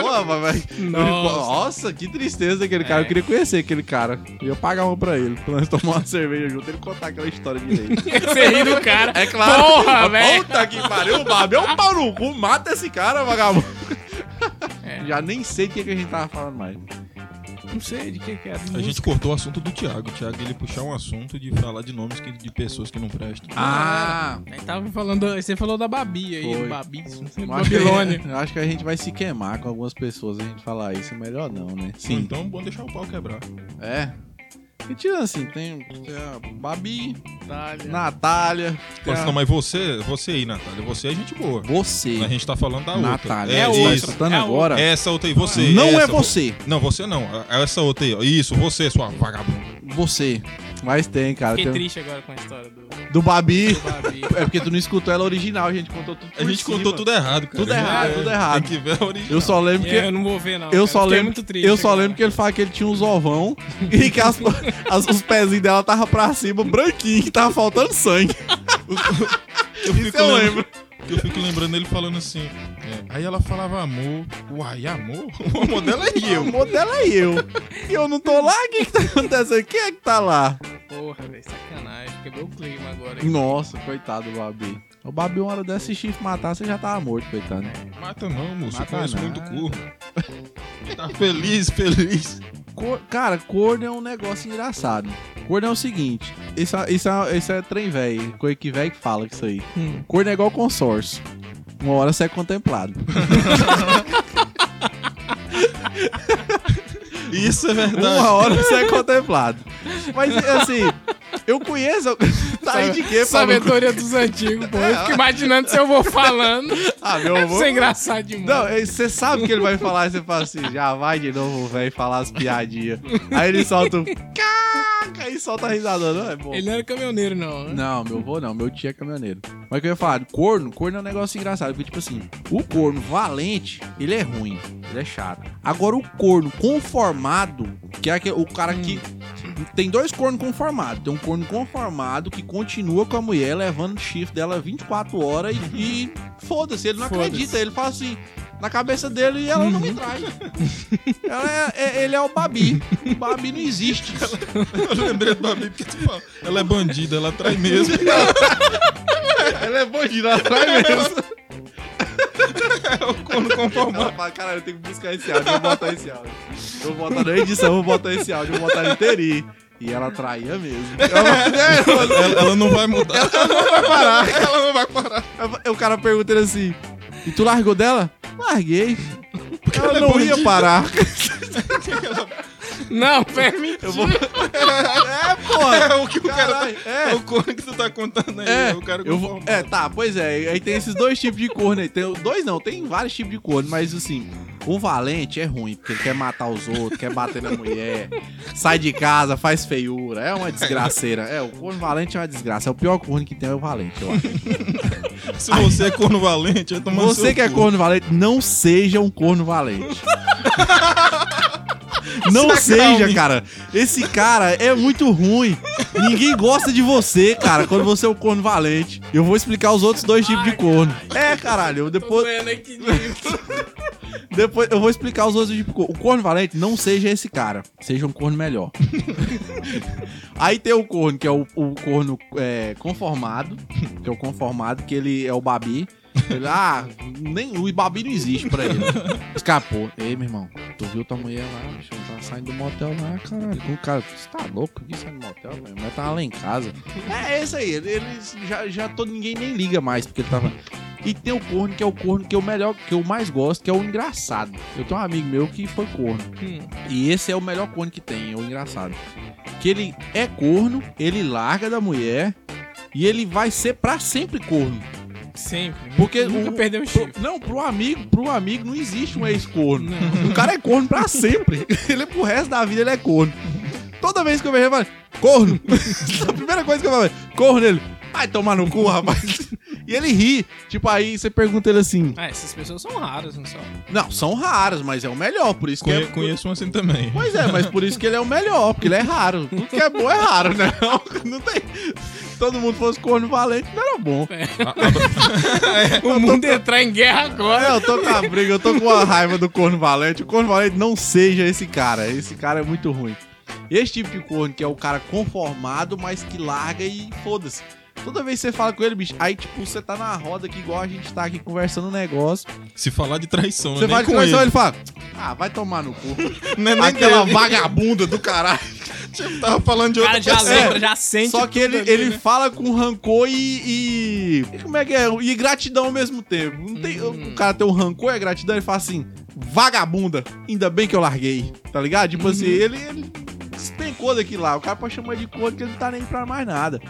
D: Porra, mas
A: Nossa.
D: Nossa, que tristeza aquele cara.
A: É.
D: Eu queria conhecer aquele cara. Eu ia pagar uma pra ele. Pra nós tomar uma (laughs) cerveja junto ele contar aquela história
A: (laughs)
D: direito.
A: Você ri do cara.
D: É claro.
A: Porra, Ah, velho.
D: Puta que pariu, o Babi é um pau no cu. Mata esse cara, vagabundo.
A: É.
D: Já nem sei o que, que a gente tava falando mais.
A: Não sei de que que é.
C: A gente cortou o assunto do Thiago. O Thiago ele puxar um assunto de falar de nomes que- de pessoas que não prestam.
D: Ah,
A: Aí tava falando, você falou da Babi aí,
D: Foi.
A: do Babi, não sei,
D: eu acho que- (laughs)
A: Babilônia.
D: Eu acho que a gente vai se queimar com algumas pessoas a gente falar isso. É melhor não, né?
C: Ou Então, bom deixar o pau quebrar.
D: É. E tirando assim, tem, tem a Babi,
A: Itália.
D: Natália. tem
C: Nossa,
D: a-
C: não, mas você, você aí, Natália, você é gente boa.
D: Você.
C: A gente tá falando da outra.
D: Natália.
A: É
D: que
A: outra.
D: Tá escutando
A: É outra.
D: agora.
C: Essa outra aí, você.
D: não é
C: essa,
D: você.
C: Não, você não. É Essa outra aí, ó. Isso, você, sua vagabunda.
D: Você. Mas tem, cara.
A: Fiquei
D: Tem...
A: triste agora com a história do, do
D: Do Babi.
A: Babi.
D: É porque tu não escutou ela original, a gente contou tudo.
C: A gente contou tudo errado, cara. É.
D: Tudo errado, tudo errado.
C: Tem que ver a origem.
D: Eu só lembro
A: É, eu
D: que.
A: não vou ver, não.
D: Eu
A: cara.
D: só,
A: Fiquei
D: lembro,
A: muito triste
D: eu só
A: agora.
D: lembro que ele fala que ele tinha uns ovão (laughs) e que as- as- os pezinhos dela tava pra cima, branquinho, que tava faltando sangue.
C: Eu
D: Isso eu lembro.
C: Eu fico lembrando ele falando assim. é, aí ela falava amor. Uai, amor? (laughs) O amor dela é
D: O
C: eu.
D: modelo é eu. E eu não tô lá, o que que tá acontecendo? Quem é que tá lá?
A: Porra, velho, sacanagem. Quebrou o clima agora. hein?
D: Nossa, coitado do Babi. O Babi, uma hora dessa, chifre matar, você já tava morto, coitado.
C: Mata não, moço. Eu
D: Mata
C: conheço
D: nada.
C: muito cu. Ele Tá feliz, feliz.
D: Cor- cara, corno é um negócio engraçado. Corno é o seguinte, isso, é- isso, é, isso é trem velho, coisa que velho que fala com isso aí.
A: Hum.
D: Corno é igual consórcio. Uma hora você é contemplado.
C: Isso é
D: Uma
C: verdade.
D: hora você é contemplado. Mas assim, eu conheço. (laughs) Tá aí de quê, Paulo?
A: Sabedoria dos antigos, pô. Eu
D: (laughs) É,
A: fico imaginando se eu vou falando.
D: Ah, meu
A: Isso
D: amor.
A: é engraçado demais.
D: Não, é, você sabe que ele vai falar e você fala assim, já vai de novo, velho, falar as piadinhas. Aí ele solta um. "Cá, toca aí e solta a risada, não é bom.
A: Ele não era caminhoneiro, não, né?
D: Não, meu avô não, meu tio é caminhoneiro. Mas o que eu ia falar, corno, corno é um negócio engraçado, porque tipo assim, o corno valente, ele é ruim, ele é chato. Agora o corno conformado, que é aquele- o cara que... Tem dois cornos conformados. Tem um corno conformado que continua com a mulher levando o chifre dela 24 horas e, e foda-se, ele não
A: Foda-se.
D: acredita. Ele fala assim, na cabeça dele e ela não me trai. Ela é- é- ele é o Babi. O Babi não existe.
C: Eu lembrei do Babi porque tu fala, ela é bandida, ela trai mesmo.
D: Ela é bandida, ela trai mesmo.
C: Quando conformar.
D: Ela fala, caralho, eu tenho que buscar esse áudio, eu vou botar esse áudio. Eu vou botar na edição, eu vou botar esse áudio, eu vou botar inteirinho. E ela traía mesmo. Ela-
C: Ela, ela não vai mudar.
D: ela- o cara pergunta ele assim, e tu largou dela? Larguei. Porque ela,
C: ela é
D: não ia
C: bandida.
D: parar.
A: Não, (laughs) permite.
D: Eu vou... (laughs) É, pô.
C: É o que o cara
D: Caralho,
C: É
D: é.
C: o corno que tu tá contando aí.
D: É,
C: É, o cara
D: eu vou,
C: conformado.
D: é, tá, pois é. Aí tem esses dois tipos de corno aí. Tem, dois não, tem vários tipos de corno, mas assim, o valente é ruim, porque ele quer matar os outros, quer bater na mulher, sai de casa, faz feiura, é uma desgraceira. É, o corno valente é uma desgraça. É o pior corno que tem é o valente, eu acho.
C: Se você é corno valente, vai tomar
D: Você
C: seu
D: que é
C: cu.
D: corno valente, não seja um corno
C: (laughs)
D: valente. Não
C: Se acalme.
D: seja, cara. Esse cara é muito ruim. Ninguém gosta de você, cara, quando você é um corno valente. Eu vou explicar os outros dois tipos de corno. É, caralho, eu
A: Tô
D: depois,
A: doendo aqui.
D: depois eu vou explicar os outros tipos de corno. O corno valente não seja esse cara. Seja um corno melhor. Aí tem o corno, que é o, o corno é, conformado. Que é o conformado, que ele é o Babi. Ele, ah, nem o Babi não existe pra ele. Escapou. Ei, meu irmão, tu viu tua mulher lá, bicho? Tá saindo do motel lá, caralho. O cara, você tá louco? Que saindo do motel, velho? Mas tava lá em casa. É, esse aí. Ele, ele já, já todo, ninguém nem liga mais, porque ele tava. E tem o corno, que é o corno que eu melhor, que eu mais gosto, que é o engraçado. Eu tenho um amigo meu que foi corno.
A: Hum,
D: E esse é o melhor corno que tem, é o engraçado. Que ele é corno, ele larga da mulher e ele vai ser pra sempre corno.
A: Sempre. né?
D: Porque
A: nunca
D: o-
A: perdeu o um chifre.
D: Pro- não, pro amigo, pro amigo não existe um ex-corno.
A: Não.
D: O cara é corno
A: (laughs)
D: pra sempre. Ele pro resto da vida ele é corno. Toda vez que eu vejo ele, eu falo, corno. (laughs) A primeira coisa que eu falo, é, corno ele. Vai tomar no cu, rapaz. (laughs) E ele ri. Tipo, aí você pergunta ele assim:
A: Ah, essas pessoas são raras, não são?
D: Não, são raros, mas é o melhor, por isso que
C: Conhe-
D: é.
C: Conheço um assim também.
D: Pois é, mas por isso que ele é o melhor, porque ele é raro. Tudo que é bom é raro, né? (laughs) Não, tem. Se todo mundo fosse corno valente, não era bom.
A: É. Ah, (laughs) O mundo ia entrar em guerra agora.
D: É, eu tô com a briga, eu tô com a raiva do corno valente. O corno valente não seja esse cara. Esse cara é muito ruim. Esse tipo de corno que é o cara conformado, mas que larga e foda-se. Toda vez que você fala com ele, bicho, aí tipo, você tá na roda aqui, igual a gente tá aqui conversando um negócio.
C: Se falar de traição,
D: Você
C: não é
D: vai
C: nem com
D: conversar, ele.
C: ele.
D: fala, ah, vai tomar no cu.
C: Não é (laughs) nem
D: Aquela
C: dele.
D: vagabunda do caralho.
C: Tipo, tava falando de
A: O
C: outra
A: cara já
C: pessoa.
A: lembra, já sente.
D: Só que ele, ele fala com rancor e, e- e Como é que é? E gratidão ao mesmo tempo. Não tem,
A: Hum.
D: O cara tem um rancor e a gratidão, ele fala assim: vagabunda, ainda bem que eu larguei. Tá ligado? Tipo assim, ele, ele despencou daqui lá. O cara pode chamar de corno que ele não tá nem pra mais nada.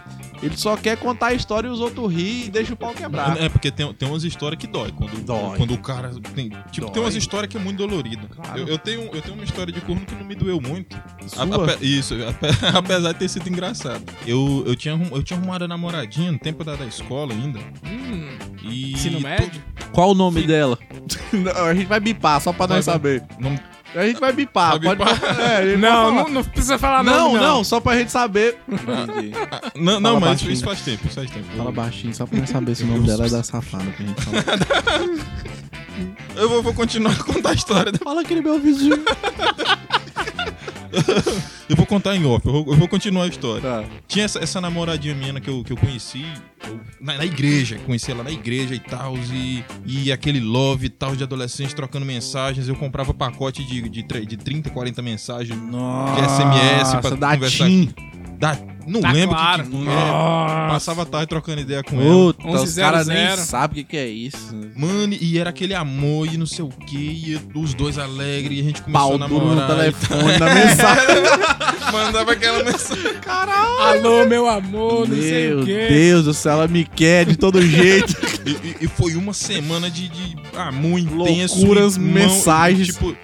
D: Ele só quer contar a história e os outros rir e deixa o pau quebrar.
C: (laughs) É, porque tem, tem umas histórias que dói. Quando,
D: Dói.
C: quando o cara. Tem, tipo,
D: Dói.
C: tem umas histórias que é muito dolorida.
D: Claro.
C: Eu, eu tenho, eu tenho uma história de corno que não me doeu muito.
D: Sua?
C: Ape- isso, ape- (laughs) apesar de ter sido engraçado. Eu, eu, tinha, arrum- eu tinha arrumado a namoradinha no tempo da, da escola ainda.
A: Hum,
C: E
A: ensino
C: to-
A: médio?
D: Qual o nome dela? (laughs) Não, a gente vai bipar, só pra
C: Vai
D: nós
C: bip-
D: saber.
C: Não,
D: A gente vai bipar,
C: Vai
D: pode. (laughs) É, a gente vai
A: Não,
D: falar.
A: não, não precisa falar
D: Não,
A: nome,
D: não,
A: não.
D: só pra gente saber. Entendi.
C: não, não, mas
D: baixinho.
C: isso faz tempo, isso faz tempo.
D: Fala
C: Eu-
D: baixinho só pra nós saber se o nome dela é da safada que a gente fala.
C: Eu vou, vou continuar a contar a história.
D: fala aquele meu
C: (laughs)
D: vizinho.
C: Eu vou contar em off, eu vou, eu vou continuar a história.
D: Tá.
C: Tinha essa, essa namoradinha minha que eu, que eu conheci eu- na, na igreja. Conheci ela na igreja e tal. E, e aquele love e tal de adolescente trocando mensagens. Eu comprava pacote de, de, tre- de 30, 40 mensagens de SMS pra
D: da
C: conversar.
D: Tim.
C: Da- não
A: Tá
C: lembro
A: claro.
C: que, que número era. Passava a tarde trocando ideia com ela.
D: Puta, os
A: 1100.
D: caras nem sabem o que, que é isso.
C: Mano, e era aquele amor e não sei o que, e os dois alegres, e a gente começou
D: Pau
C: a
D: duro tá no
C: namorar. então.
D: telefone, na mensagem.
C: Mandava aquela mensagem.
D: Caralho.
A: Alô, meu amor, não sei
D: Meu
A: o quê.
D: Deus do céu, ela me quer de todo jeito.
C: E, e- e foi uma semana de, de amor intenso.
D: Loucuras,
C: irmão,
D: mensagens.
C: Tipo,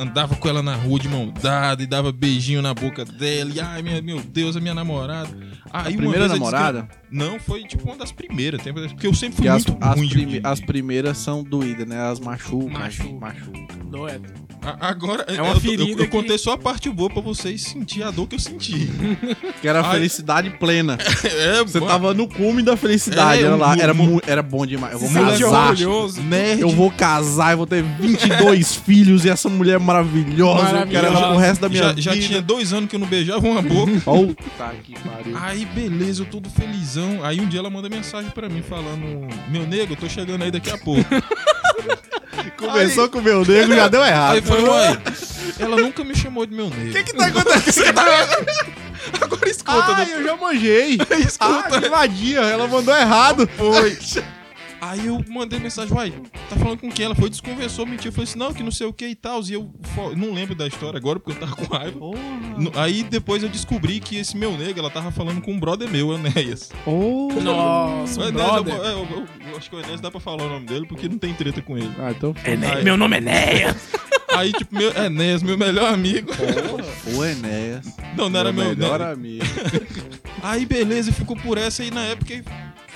C: andava com ela na rua de mão dada e dava beijinho na boca dela. E ai, minha, meu Deus, a minha namorada. Aí, uma
D: Primeira
C: vez eu disse que-
D: namorada?
C: Não, foi tipo uma das primeiras. tem- Porque eu sempre fui
D: Que as,
C: muito
D: as
C: ruim de-
D: prime- as primeiras são doídas, né? As machucam.
A: Machuca.
D: machuca.
A: Doido.
C: A- Agora,
A: É uma
C: eu- eu,
A: ferida
C: eu,
A: que-
C: contei só a parte boa pra vocês sentirem a dor que eu senti. (laughs)
D: Que era a
C: Ai.
D: felicidade plena.
C: É,
D: Você
C: mano,
D: tava no cume da felicidade.
C: É,
D: olha lá,
C: um-
D: era,
C: um-
D: mu- era bom demais. Eu vou
A: Se sentia
D: casar.
A: orgulhoso.
C: nerd.
D: Eu vou casar, eu vou ter
C: (laughs)
D: 22 filhos e essa mulher é maravilhosa. Eu quero ela
A: Maravilhosa.
D: pro resto da minha
C: já,
D: vida.
C: já tinha dois anos que eu não beijava uma boca.
D: Puta Tá que pariu.
C: Aí, beleza, eu todo felizão. Aí um dia ela manda mensagem pra mim falando: Meu nego, eu tô chegando aí daqui
B: (laughs)
C: a pouco.
B: Começou com o meu nego, já deu errado.
C: aí eu
D: (laughs)
C: falei: Uai, ela nunca me chamou de meu nego.
B: O que que tá acontecendo?
C: Agora escuta,
B: ah,
C: né?
B: eu já manjei.
C: (laughs) Escuta.
B: Ah, que vadia, ela mandou errado. Foi.
C: Aí eu mandei mensagem, uai, tá falando com quem? Ela foi, desconversou, mentiu, falou assim, não, que não sei o que e tal. E eu fo- não lembro da história agora, porque eu tava com raiva. No- Aí depois eu descobri que esse meu nego, ela tava falando com um brother meu, Enéas.
A: Nossa,
C: O
A: um
C: Enéas, eu,
A: brother.
C: eu- eu- eu acho que o Enéas dá pra falar o nome dele, porque não tem treta com ele.
D: Ah, então foi.
C: Aí-
A: Meu nome é Neia.
C: Aí, tipo, meu, Enéas, meu melhor amigo.
D: O Enéas.
C: Não, não era meu... não-
D: melhor amigo.
C: Aí beleza, ficou por essa e na época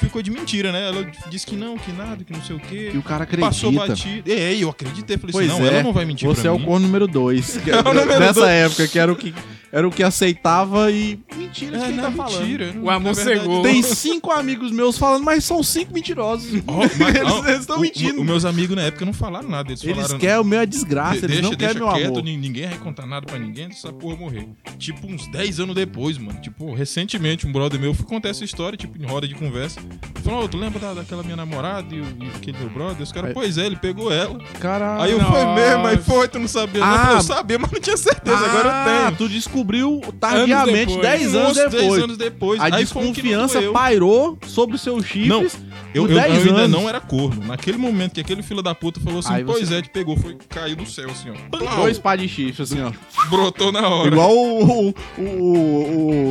C: ficou de mentira, né? Ela disse que não, que nada, que não sei o quê.
D: E o cara
C: Passou
D: acredita.
C: batido. É, eu acreditei. Falei
D: Pois
C: assim, não,
D: é,
C: ela não vai mentir
D: Você
C: pra
D: é o
C: mim. É
D: corno número 2.
C: (laughs) número
D: Nessa
C: dois.
D: época, que era o que, era o que aceitava e. Mentira,
C: É,
D: quem
C: não,
D: tá falando.
C: mentira.
A: O amor cegou.
C: (laughs)
D: Tem cinco amigos meus falando, mas são cinco mentirosos. (laughs) Eles- eles estão mentindo.
C: Os meus amigos na época não falaram nada. Eles,
D: Eles
C: falaram, né?
D: querem o meu é desgraça,
C: "De-
D: eles não querem meu amor.
C: nin- ninguém vai contar nada pra ninguém, essa porra morrer. Tipo, uns 10 anos depois, mano. Tipo, recentemente, um brother meu foi contar essa história, tipo, em roda de conversa. Falou, "Ô, tu lembra da- daquela minha namorada e, o- e aquele meu brother? Os caras,
D: Aí-
C: pois é, ele pegou ela.
D: Caralho.
C: Aí eu
A: nossa.
C: fui mesmo, aí foi, tu não sabia.
D: Ah.
C: não, eu falei, eu sabia, mas não tinha certeza, agora eu tenho.
D: Tu descobriu tardiamente,
A: depois.
D: 10 anos
C: Uns 10
D: depois.
C: anos depois.
D: A
C: aí foi um que não
D: desconfiança
C: doeu.
D: pairou sobre os seus chifres.
C: Eu,
D: Por
C: eu,
D: 10
C: eu ainda
D: anos.
C: não é era corno. Naquele momento que aquele filho da puta falou assim,
D: Aí você-
C: pois é, te pegou, foi, caiu do céu, assim, ó. Plau,
D: Dois pá de chifre, assim, ó.
C: brotou na hora.
D: Igual o, o, o,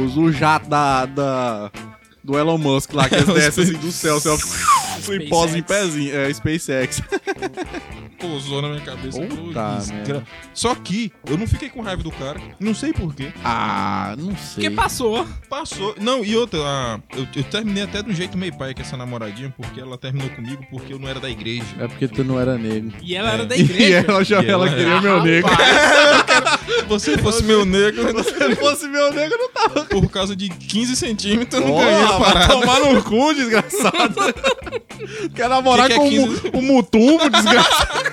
D: o, o jato da, da- do Elon Musk lá,
C: (laughs) É,
D: que eles descem assim do céu, assim, ó. E posa em pezinho. É, SpaceX.
C: Pousou na minha cabeça.
D: Puta
C: Pô,
D: merda.
C: desgra- Só que eu não fiquei com raiva do cara, não sei porquê.
D: Ah, não sei.
A: Porque passou.
C: Passou. Não, e outra, ah, eu, eu terminei até de um jeito meio pai com essa namoradinha, porque ela terminou comigo porque eu não era da igreja.
D: É porque tu não era negro.
A: E ela era da
D: É. (laughs) E
A: igreja.
D: ela já
C: E ela
D: ela
C: era.
D: queria meu negro.
C: Se você fosse meu negro,
D: (laughs) Se não fosse meu negro, eu não tava.
C: por causa de 15 centímetros, eu não ganhei a
D: Porra, vai
C: parada.
D: tomar no cu, desgraçado. (laughs) Quer namorar
C: Que que é
D: com o mu-
C: 15?
D: o Mutumbo, desgraçado.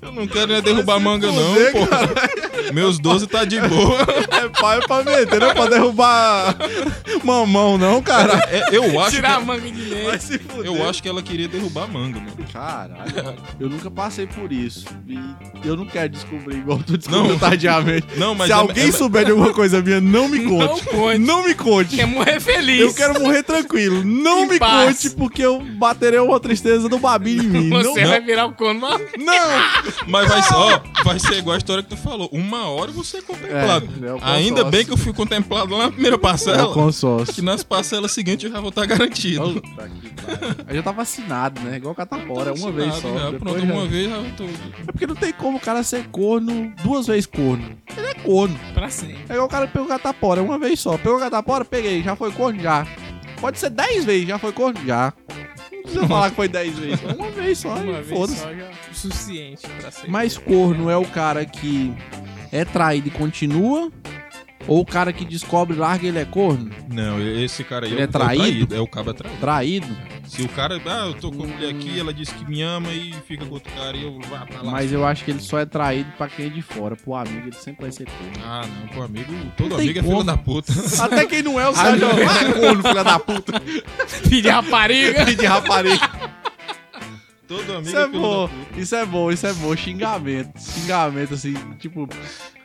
C: Eu não quero né, derrubar
D: é
C: manga, não,
D: fuder,
C: pô. Meus 12 tá de boa.
D: (laughs) (laughs) É pai pra meter, não é pra derrubar (laughs) mamão, não, cara.
C: É, eu acho.
A: Tirar a manga de Neia.
D: (laughs) Vai se fuder.
C: Eu acho que ela queria derrubar a manga, mano.
D: Caralho, eu nunca passei por isso. E eu não quero descobrir igual tu
C: Não.
D: descobriu tardiamente.
C: Não, mas
D: Se
C: é-
D: alguém
C: é-
D: souber de alguma coisa minha, não
C: (laughs)
D: me
A: Não
D: conte.
A: conte.
D: Não me conte.
A: Quer morrer feliz.
D: Eu quero morrer tranquilo. Não
A: Em
D: me
A: paz.
D: conte, porque eu baterei uma tristeza do Babi em mim. Não,
A: Você vai virar o corno.
D: não.
C: Mas vai ser, ó, vai ser igual a história que tu falou. Uma hora você é contemplado.
D: É, é o
C: Ainda
D: consórcio.
C: bem que eu fui contemplado lá na primeira
D: É o
C: parcela. que
D: consórcio.
C: nas parcelas seguintes eu já vou estar garantido.
D: Puta que pariu. Aí já tá vacinado, né? Igual catapora, é uma
C: Vacinado,
D: vez só.
C: já.
D: depois
C: Pronto,
D: já-
C: uma vez já eu tô.
D: É porque não tem como o cara ser corno duas vezes corno. Ele é corno.
A: Pra sempre.
D: É igual o cara pegou catapora, uma vez só. Pegou catapora, peguei, já foi corno, já. Pode ser dez vezes, já foi corno, já. Não precisa falar que foi dez vezes. foi Uma vez só,
A: Uma
D: e
A: vez
D: foda-se.
A: só já. é O suficiente pra sempre. (laughs)
D: Mas corno é o cara que é traído e continua? Ou o cara que descobre e larga e ele é corno?
C: Não, esse cara aí
D: Ele é
C: é, o-
D: traído?
C: É, o traído, é o cabo traído.
D: Traído?
C: Se o cara, ah, eu tô com a mulher aqui, ela disse que me ama e fica com outro cara e eu vá pra Tá lá.
D: Mas eu acho que ele só é traído pra quem é de fora. Pro amigo, ele sempre vai ser corno.
C: Ah, não, pô, amigo, todo
D: Não tem
C: amigo é filho
D: como.
C: da puta. (laughs)
D: Até quem não é, o
A: Sérgio é
D: corno, filha da puta. (laughs)
A: Filho de rapariga.
D: De rapariga.
C: Todo amigo
D: Isso
C: é
D: é
C: filho
D: bom,
C: da puta.
D: isso é bom, isso é bom. Xingamento. Xingamento, assim, tipo.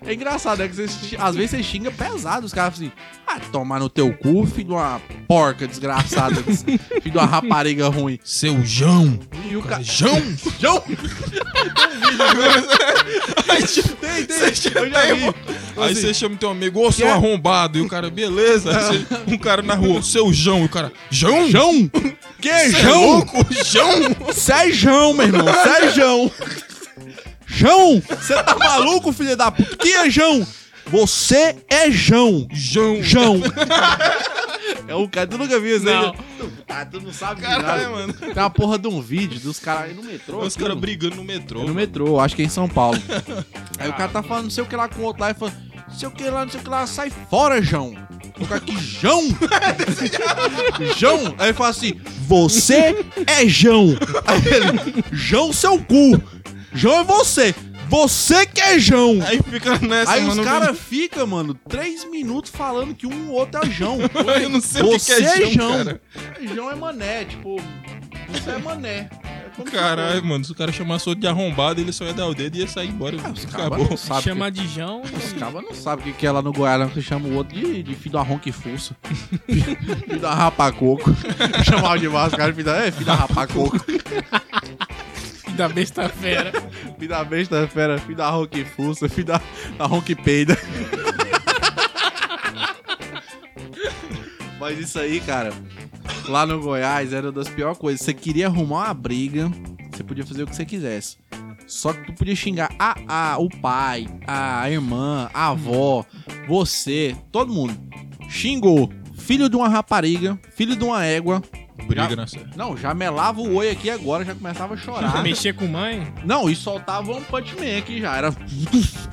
D: É engraçado, né? Que você xi- às vezes você xinga pesado, os caras falam assim, ah, tomar no teu cu, filho de uma porca desgraçada, (laughs) des- filho de uma rapariga ruim.
C: Seu João!
D: E o cara.
C: João!
D: João!
C: (laughs)
D: tem, tem, eu já vi.
C: tipo, Aí
D: Assim,
C: você chama teu amigo, ô seu
D: Quer?
C: arrombado, e o cara, beleza. Aí
D: (laughs)
C: você- um cara na rua, "Ô, seu João, e o cara, João?
D: João!
C: Cê é
D: Que João?
C: louco? João?
D: Sérgio, meu irmão, Sérgio!
B: Jão!
D: Você tá maluco, filho da puta? Quem é Jão?
B: Você é Jão!
C: João.
B: Jão!
D: É um cara, tu nunca viu isso
A: Não.
D: aí? Ah, tu não sabe de nada.
C: Caralho, mano.
D: Tem uma porra de um vídeo dos caras aí no metrô. assim,
C: Os
D: aqui,
C: caras
D: mano.
C: brigando no metrô.
D: É no metrô, acho que é em São Paulo. (laughs) aí o cara tá falando não sei o que lá com o outro lá e fala, não sei o que lá, não sei o que lá, sai fora, João. O cara que João? (laughs) João? Aí ele fala assim,
B: Você é Jão!
D: aí ele, João seu cu. João é você.
B: Você que é Jão!
C: Aí fica nessa,
D: Aí
C: mano.
D: os caras ficam, mano, três minutos falando que um outro é João.
C: (laughs) Eu não sei o que que
D: Você é
C: é
D: João.
C: João, cara.
D: João é mané, tipo, você é mané. É como se
C: Caralho, mano, se o cara chamasse outro de arrombado, ele só ia dar o dedo e ia sair embora.
D: Ah, os cabas
C: Acabou.
D: não sabem.
A: Chama de Jão.
D: Os cabas não sabem o que, que é lá no Goiás, não, que chama o outro de, de filho da ronquifuça. (laughs) filho da rapacoco. (laughs) Chamava de massa, cara, filho da, é, filho da rapacoco.
A: e da besta fera.
D: filho da besta fera, filho da ronquifuça, filho da, da ronquipeida. Mas isso aí, cara, lá no Goiás era uma das piores coisas. Você queria arrumar uma briga, você podia fazer o que você quisesse. Só que tu podia xingar a, a, o pai, a irmã, a avó, você, todo mundo. Xingou. Filho de uma rapariga, filho de uma égua.
C: Briga na série.
D: Não, já melava o oi aqui agora, já começava a chorar.
A: Mexer com mãe?
D: Não, e soltava um Punch Man aqui já. Era.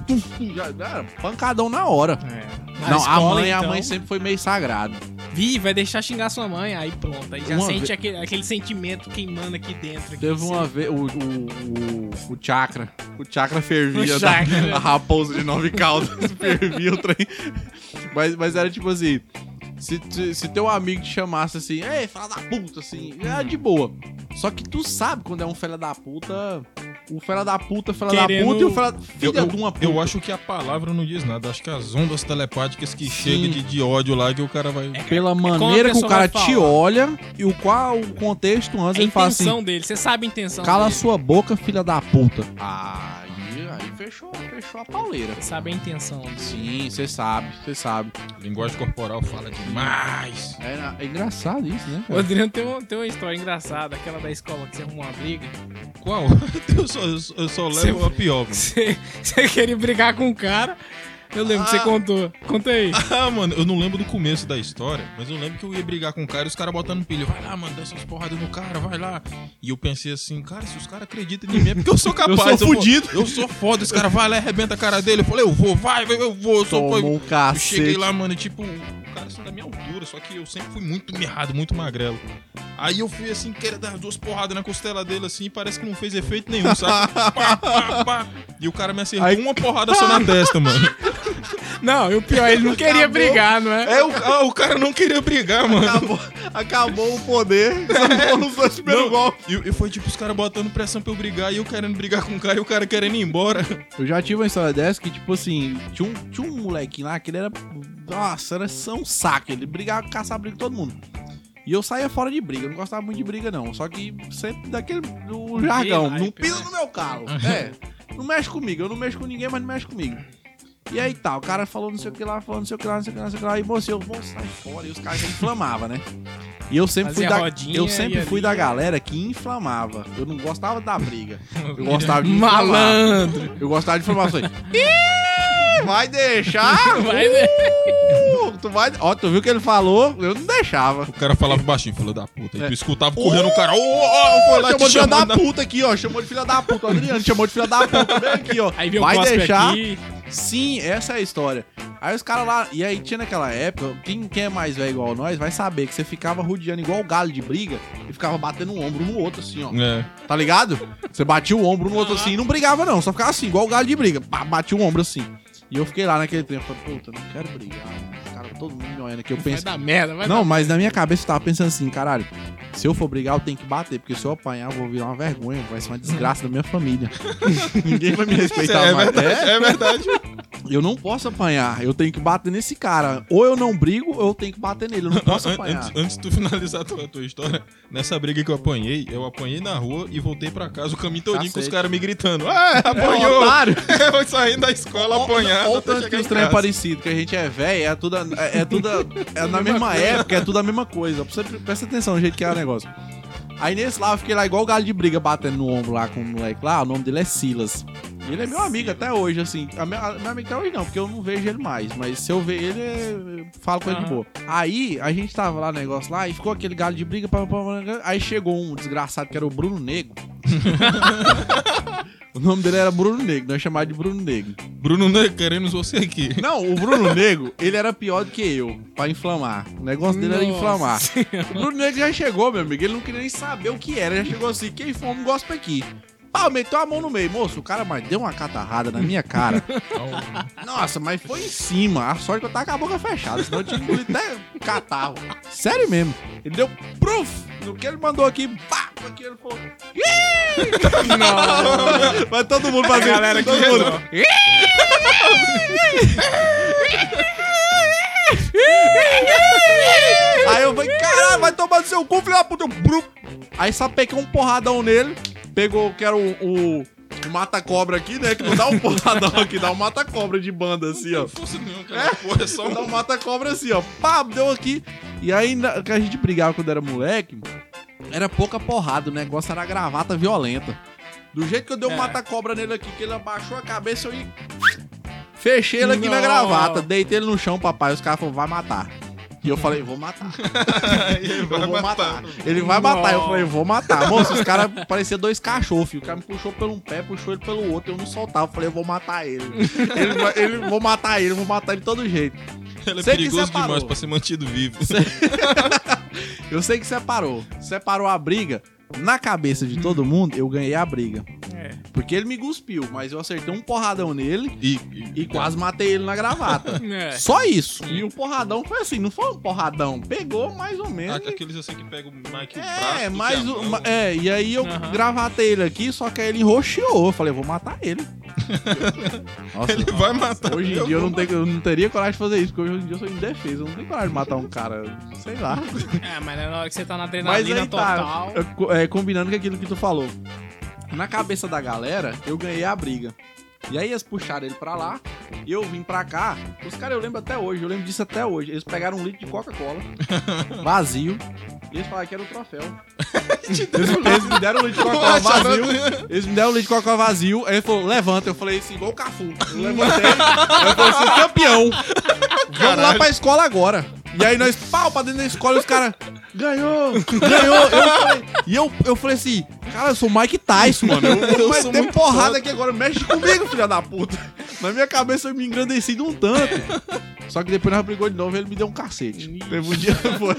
D: (laughs) Já era pancadão na hora.
A: É. Na
D: Não, a
A: escola,
D: mãe, a
A: então,
D: mãe sempre foi meio sagrada.
A: Vi, vai deixar xingar sua mãe. Aí pronto. Aí já
D: Uma
A: sente
D: vez-
A: aquele, aquele sentimento queimando aqui dentro. aqui,
D: Teve
A: assim.
D: uma vez. O, o, o, o chakra. O chakra fervia.
A: O chakra.
D: da- (laughs) a raposa de nove caudas (laughs) fervia o trem. Mas, mas era tipo assim. Se, se, se teu amigo te chamasse assim, ei, fala da puta, assim, era de boa. Só que tu sabe quando é um fela da puta. O fela da puta, fela
A: Querendo-
D: da puta e o fela.
C: Eu,
D: Filha de uma
C: eu,
D: puta.
C: eu acho que a palavra não diz nada. Acho que as ondas telepáticas que
D: Sim.
C: chegam de, de ódio lá que o cara vai.
D: pela
A: É, a
D: maneira que o
A: pessoa
D: cara
A: vai
D: te
A: falar.
D: olha e o qual o contexto antes
A: A
D: ele fala assim:
A: É intenção dele, você sabe a intenção
D: cala
A: dele.
D: sua boca, filha da puta. Aí, aí fechou, fechou a pauleira.
A: Você sabe a intenção dele.
D: Sim, você sabe, você sabe.
C: Linguagem corporal fala demais.
D: É, é engraçado isso, né?
A: O Adriano tem, um- tem uma história engraçada, aquela da escola que você arrumou uma briga.
C: Qual? (laughs) Eu só, eu só- eu só levo
A: Você-
C: a pior, mano.
A: Você, (laughs) você queria brigar com o cara. Eu lembro que você
C: Ah.
A: contou. Conta aí.
C: (laughs) Ah, mano, eu não lembro do começo da história, mas eu lembro que eu ia brigar com o cara e os caras botando pilha. Vai lá, mano, dá essas porradas no cara, vai lá. E eu pensei assim, cara, se os caras acreditam em mim é porque eu sou capaz.
B: sou
C: vou-
B: fudido.
C: Eu sou foda, esse cara vai lá e arrebenta a cara dele. Eu falei, eu vou, vai, vai, eu vou. Eu sou
D: Tomou um
C: Eu cheguei
D: cacete.
C: lá, mano, e tipo, o cara são da minha altura, só que eu sempre fui muito mirrado, muito magrelo. Aí eu fui assim, querer dar as duas porradas na costela dele, assim, e parece que não fez efeito nenhum, sabe? Pá, pá, pá. E o cara me acertou uma porrada só na testa, mano.
A: Não, e o pior, ele não queria
D: Acabou.
A: brigar, não é?
C: É, o, ah, o cara não queria brigar, mano.
D: Acabou, acabou o poder. Só foram os dois primeiros
C: Não,
D: golpes.
C: E, e foi tipo os caras botando pressão pra eu brigar e eu querendo brigar com o cara e o cara querendo ir embora.
D: Eu já tive uma história dessa que, tipo assim, tinha um, tinha um molequinho lá que ele era. Nossa, era só um saco. Ele brigava, caçava briga com todo mundo. E eu saía fora de briga, eu não gostava muito de briga, não. Só que sempre daquele. do jargão.
A: Um hype,
D: Não pisa
A: né?
D: no meu
A: (laughs)
D: carro. É. Não mexe comigo. Eu não mexo com ninguém, mas não mexe comigo. E aí tá, o cara falou não sei o que lá, falou não sei o que lá, não sei o que lá, não sei o que lá. E você, eu vou sair fora. E os caras já inflamavam, né? E eu sempre
A: Fazia
D: fui da.
A: rodinha
D: Eu
A: e
D: sempre
A: ali-
D: fui da galera que inflamava. Eu não gostava da
A: (laughs)
D: briga. Eu gostava de inflamar.
A: Malandro.
D: Eu gostava de informações. Ih, vai deixar?
A: (laughs) Vai, né?
D: Uh, tu vai... Ó, tu viu o que ele falou? Eu não deixava.
C: O cara falava baixinho, filho da puta. E tu escutava correndo o cara.
D: ô, É. ô, foi lá, chamou de filha da puta aqui, ó. Chamou de filha da puta. O Adriano chamou de filha da puta. Vem aqui, ó.
A: Aí veio o
D: vai
A: cospe
D: deixar?
A: aqui.
D: Sim, essa é a história. Aí os caras lá... E aí tinha naquela época... Quem, quem é mais velho igual nós vai saber que você ficava rodeando igual galho de briga e ficava batendo um ombro no outro, assim, ó.
C: É.
D: Tá ligado? Você batia o ombro no outro assim e não brigava, não. Só ficava assim, igual o galho de briga. Pá, batia o ombro assim. E eu fiquei lá naquele tempo. Falei, puta, não quero brigar. mano. Os caras, todo mundo me olhando aqui. Eu
A: Vai
D: penso.
A: dar merda, vai
D: Não, mas na minha cabeça eu tava pensando assim, caralho. Se eu for brigar, eu tenho que bater. Porque se eu apanhar, eu vou virar uma vergonha. Vai ser uma desgraça da minha família. Ninguém vai me respeitar
C: É
D: mais. É,
C: verdade, é verdade.
D: eu não posso apanhar. Eu tenho que bater nesse cara. Ou eu não brigo, ou eu tenho que bater nele. Eu não posso
C: An-
D: apanhar.
C: antes, antes de tu finalizar a tua, tua história, nessa briga que eu apanhei, eu apanhei na rua e voltei pra casa o caminho todinho com os
D: Cacete.
C: caras me gritando. Ah,
D: É um
C: apanhou!
D: otário.
C: (laughs) eu vou saindo da escola apanhado.
D: Olha o
C: até
D: tanto que
C: chegar
D: os
C: em
D: trem é
C: casa.
D: parecido, que a gente é velho, é tudo. É, é tudo. É na mesma época, é tudo a mesma coisa. Você presta atenção no jeito que é o negócio. Aí nesse lá, eu fiquei lá igual o galho de briga batendo no ombro lá com o moleque lá. O nome dele é Silas. Ele é meu amigo até hoje, assim. A minha, a- meu amigo até hoje não, porque eu não vejo ele mais. Mas se eu ver ele, eu falo com ele de
A: Aham.
D: boa. Aí, a gente tava lá no negócio lá e ficou aquele galho de briga. Pá, pá, pá, pá. aí chegou um desgraçado que era o Bruno Negro. o nome dele era Bruno Negro, nós chamávamos de Bruno Negro.
C: Bruno, né, queremos você aqui.
D: Não, o Bruno Negro, ele era pior do que eu, pra inflamar. O negócio dele era
A: Nossa.
D: inflamar. O Bruno Negro já chegou, meu amigo. Ele não queria nem saber o que era. Já chegou assim, quem fome gosta aqui. Pau, meteu a mão no meio. Moço, o cara mas deu uma catarrada na minha cara.
C: Então,
D: Nossa, mas foi em cima. A sorte que eu tava com a boca fechada, senão eu tinha engolido até catarro. Sério mesmo. Ele deu proof no que ele mandou aqui. Pá! Aqui ele falou. (laughs) "Ih!" Vai todo mundo fazer.
A: galera aqui
D: todo mundo.
A: resolve.
D: Aí eu falei, caralho, vai tomar no seu cu, filho da puta. Eu, brum. Aí sapequei um porradão nele. Pegou, que era o, o- o mata-cobra aqui, né? Que não dá um (laughs) porradão aqui, dá um mata-cobra de banda, assim, ó.
C: não fosse nenhum, cara. Porra, é só
D: Dá
C: um.
D: um mata-cobra assim, ó. Pá, deu aqui. E aí, na- que a gente brigava quando era moleque, era pouca porrada. O negócio era gravata violenta. Do jeito que eu dei um
A: É.
D: mata-cobra nele aqui, que ele abaixou a cabeça, eu ia... Fechei ele aqui na
A: Não.
D: gravata. Deitei ele no chão, papai. Os caras falaram, vai matar. E eu falei, vou
C: (laughs)
D: matar.
C: Ele
D: Eu
C: vai
D: vou matar.
C: matar.
D: Ele vai matar. Eu
A: Não.
D: falei, vou matar. Moço, os caras pareciam dois cachorros, filho. O cara me puxou pelo um pé, puxou ele pelo outro. Eu não soltava. Eu falei, eu vou matar ele. ele, vai- ele vou matar ele, vou matar ele de todo jeito.
C: Ele é
D: Sei que
C: perigoso
D: separou.
C: demais pra ser mantido vivo.
D: Eu sei que separou. Separou a briga. Na cabeça de todo mundo, eu ganhei a briga.
A: (laughs) É.
D: Porque ele me cuspiu, mas eu acertei um porradão nele
C: E,
D: e quase matei ele na gravata.
A: (laughs) É.
D: Só isso. E o porradão foi assim, não foi um porradão. Pegou mais ou menos.
C: A- Aqueles assim que pega o Mike
D: É, mas o. ma- É, e aí eu
A: Aham.
D: gravatei ele aqui, só que aí ele roxeou. Eu falei, eu vou matar ele. Nossa,
C: Ele tá vai matar.
D: hoje em dia eu
C: (laughs)
D: não, tenho- eu não teria coragem de fazer isso, porque hoje em dia eu sou indefeso. Eu não tenho coragem de matar um cara, sei lá.
A: É, mas na hora que você tá na
D: Mas
A: adrenalina
D: aí tá,
A: total.
D: eu co- é, combinando com aquilo que tu falou. Na cabeça da galera, eu ganhei a briga. E aí eles puxaram ele pra lá, e eu vim pra cá. Os caras, eu lembro até hoje, eu lembro disso até hoje. Eles pegaram um litro de Coca-Cola, vazio, e eles falaram que era o troféu. eles, eles me deram um litro de Coca-Cola vazio, eles me deram um litro de Coca-Cola vazio, aí ele falou, levanta. Eu falei assim, igual o Cafu. Eu levantei, eu falei, sou campeão. Vamos lá pra escola agora. E aí nós, pau, pra dentro da escola, e os caras, ganhou, ganhou. Eu falei- e eu, eu falei assim, cara, eu sou Mike Tyson, mano. Eu, eu,
C: Eu
D: eu
C: sou
D: tem
C: muito
D: porrada
C: forte.
D: aqui agora, mexe comigo, filha da puta. Na minha cabeça eu me engrandeci de um tanto. Só que depois nós brigou de novo e ele me deu um cacete.
A: Ih.
D: Teve um dia (laughs) foi.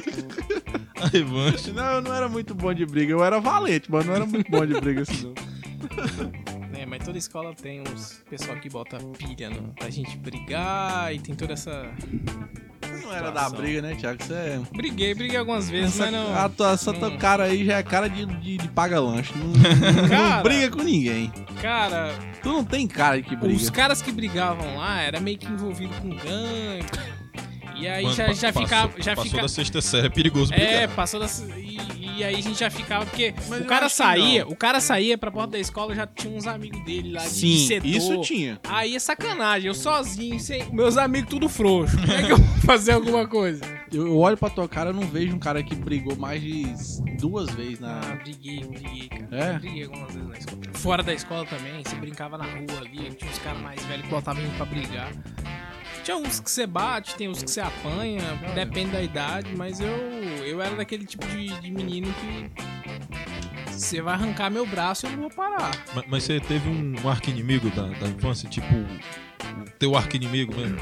C: A revanche.
D: Não, eu não era muito bom de briga. Eu era valente, mas não era muito bom de briga assim, não.
A: É, mas toda escola tem uns pessoal que bota pilha no, pra gente brigar e tem toda essa.
D: Você não era da briga, né, Thiago? Você é.
A: Briguei, briguei algumas vezes,
D: Essa,
A: mas não. Hum.
D: a tua, essa
A: não-
D: tua cara aí já é cara de, de, de paga-lanche. (laughs) Não, não
A: Cara.
D: briga com ninguém.
A: Cara,
D: Tu não tem cara de que
A: os
D: briga.
A: caras que brigavam lá era meio que envolvido com gangue. E aí
C: Mano,
A: já,
C: pa-
A: já
C: passou-
A: ficava. Já
C: Passou
A: fica...
C: da sexta série, é perigoso
A: É,
C: brigar.
A: passou das. E, e aí a gente já ficava, porque
D: Mas
A: o
D: eu
A: cara
D: acho que
A: saía, o cara saía pra porta da escola já tinha uns amigos dele lá de
D: Sim,
A: setor.
D: isso tinha.
A: Aí é sacanagem, eu sozinho, sem meus amigos tudo frouxo. Como é que eu vou (laughs) fazer alguma coisa?
D: Eu, eu olho pra tua cara, eu não vejo um cara que brigou mais de s- duas vezes na.
A: Ah, briguei, briguei, cara.
D: É?
A: Briguei algumas vezes na escola. Fora da escola também, você brincava na rua ali, tinha uns caras mais velhos que botavam a gente pra brigar. Tinha uns que você bate, tem uns que você apanha, depende da idade, mas eu eu era daquele tipo de, de menino que. Você vai arrancar meu braço, eu não vou parar.
C: Ma- Mas, você teve um, um arqui-inimigo da, da infância? Tipo, o teu arqui-inimigo mesmo?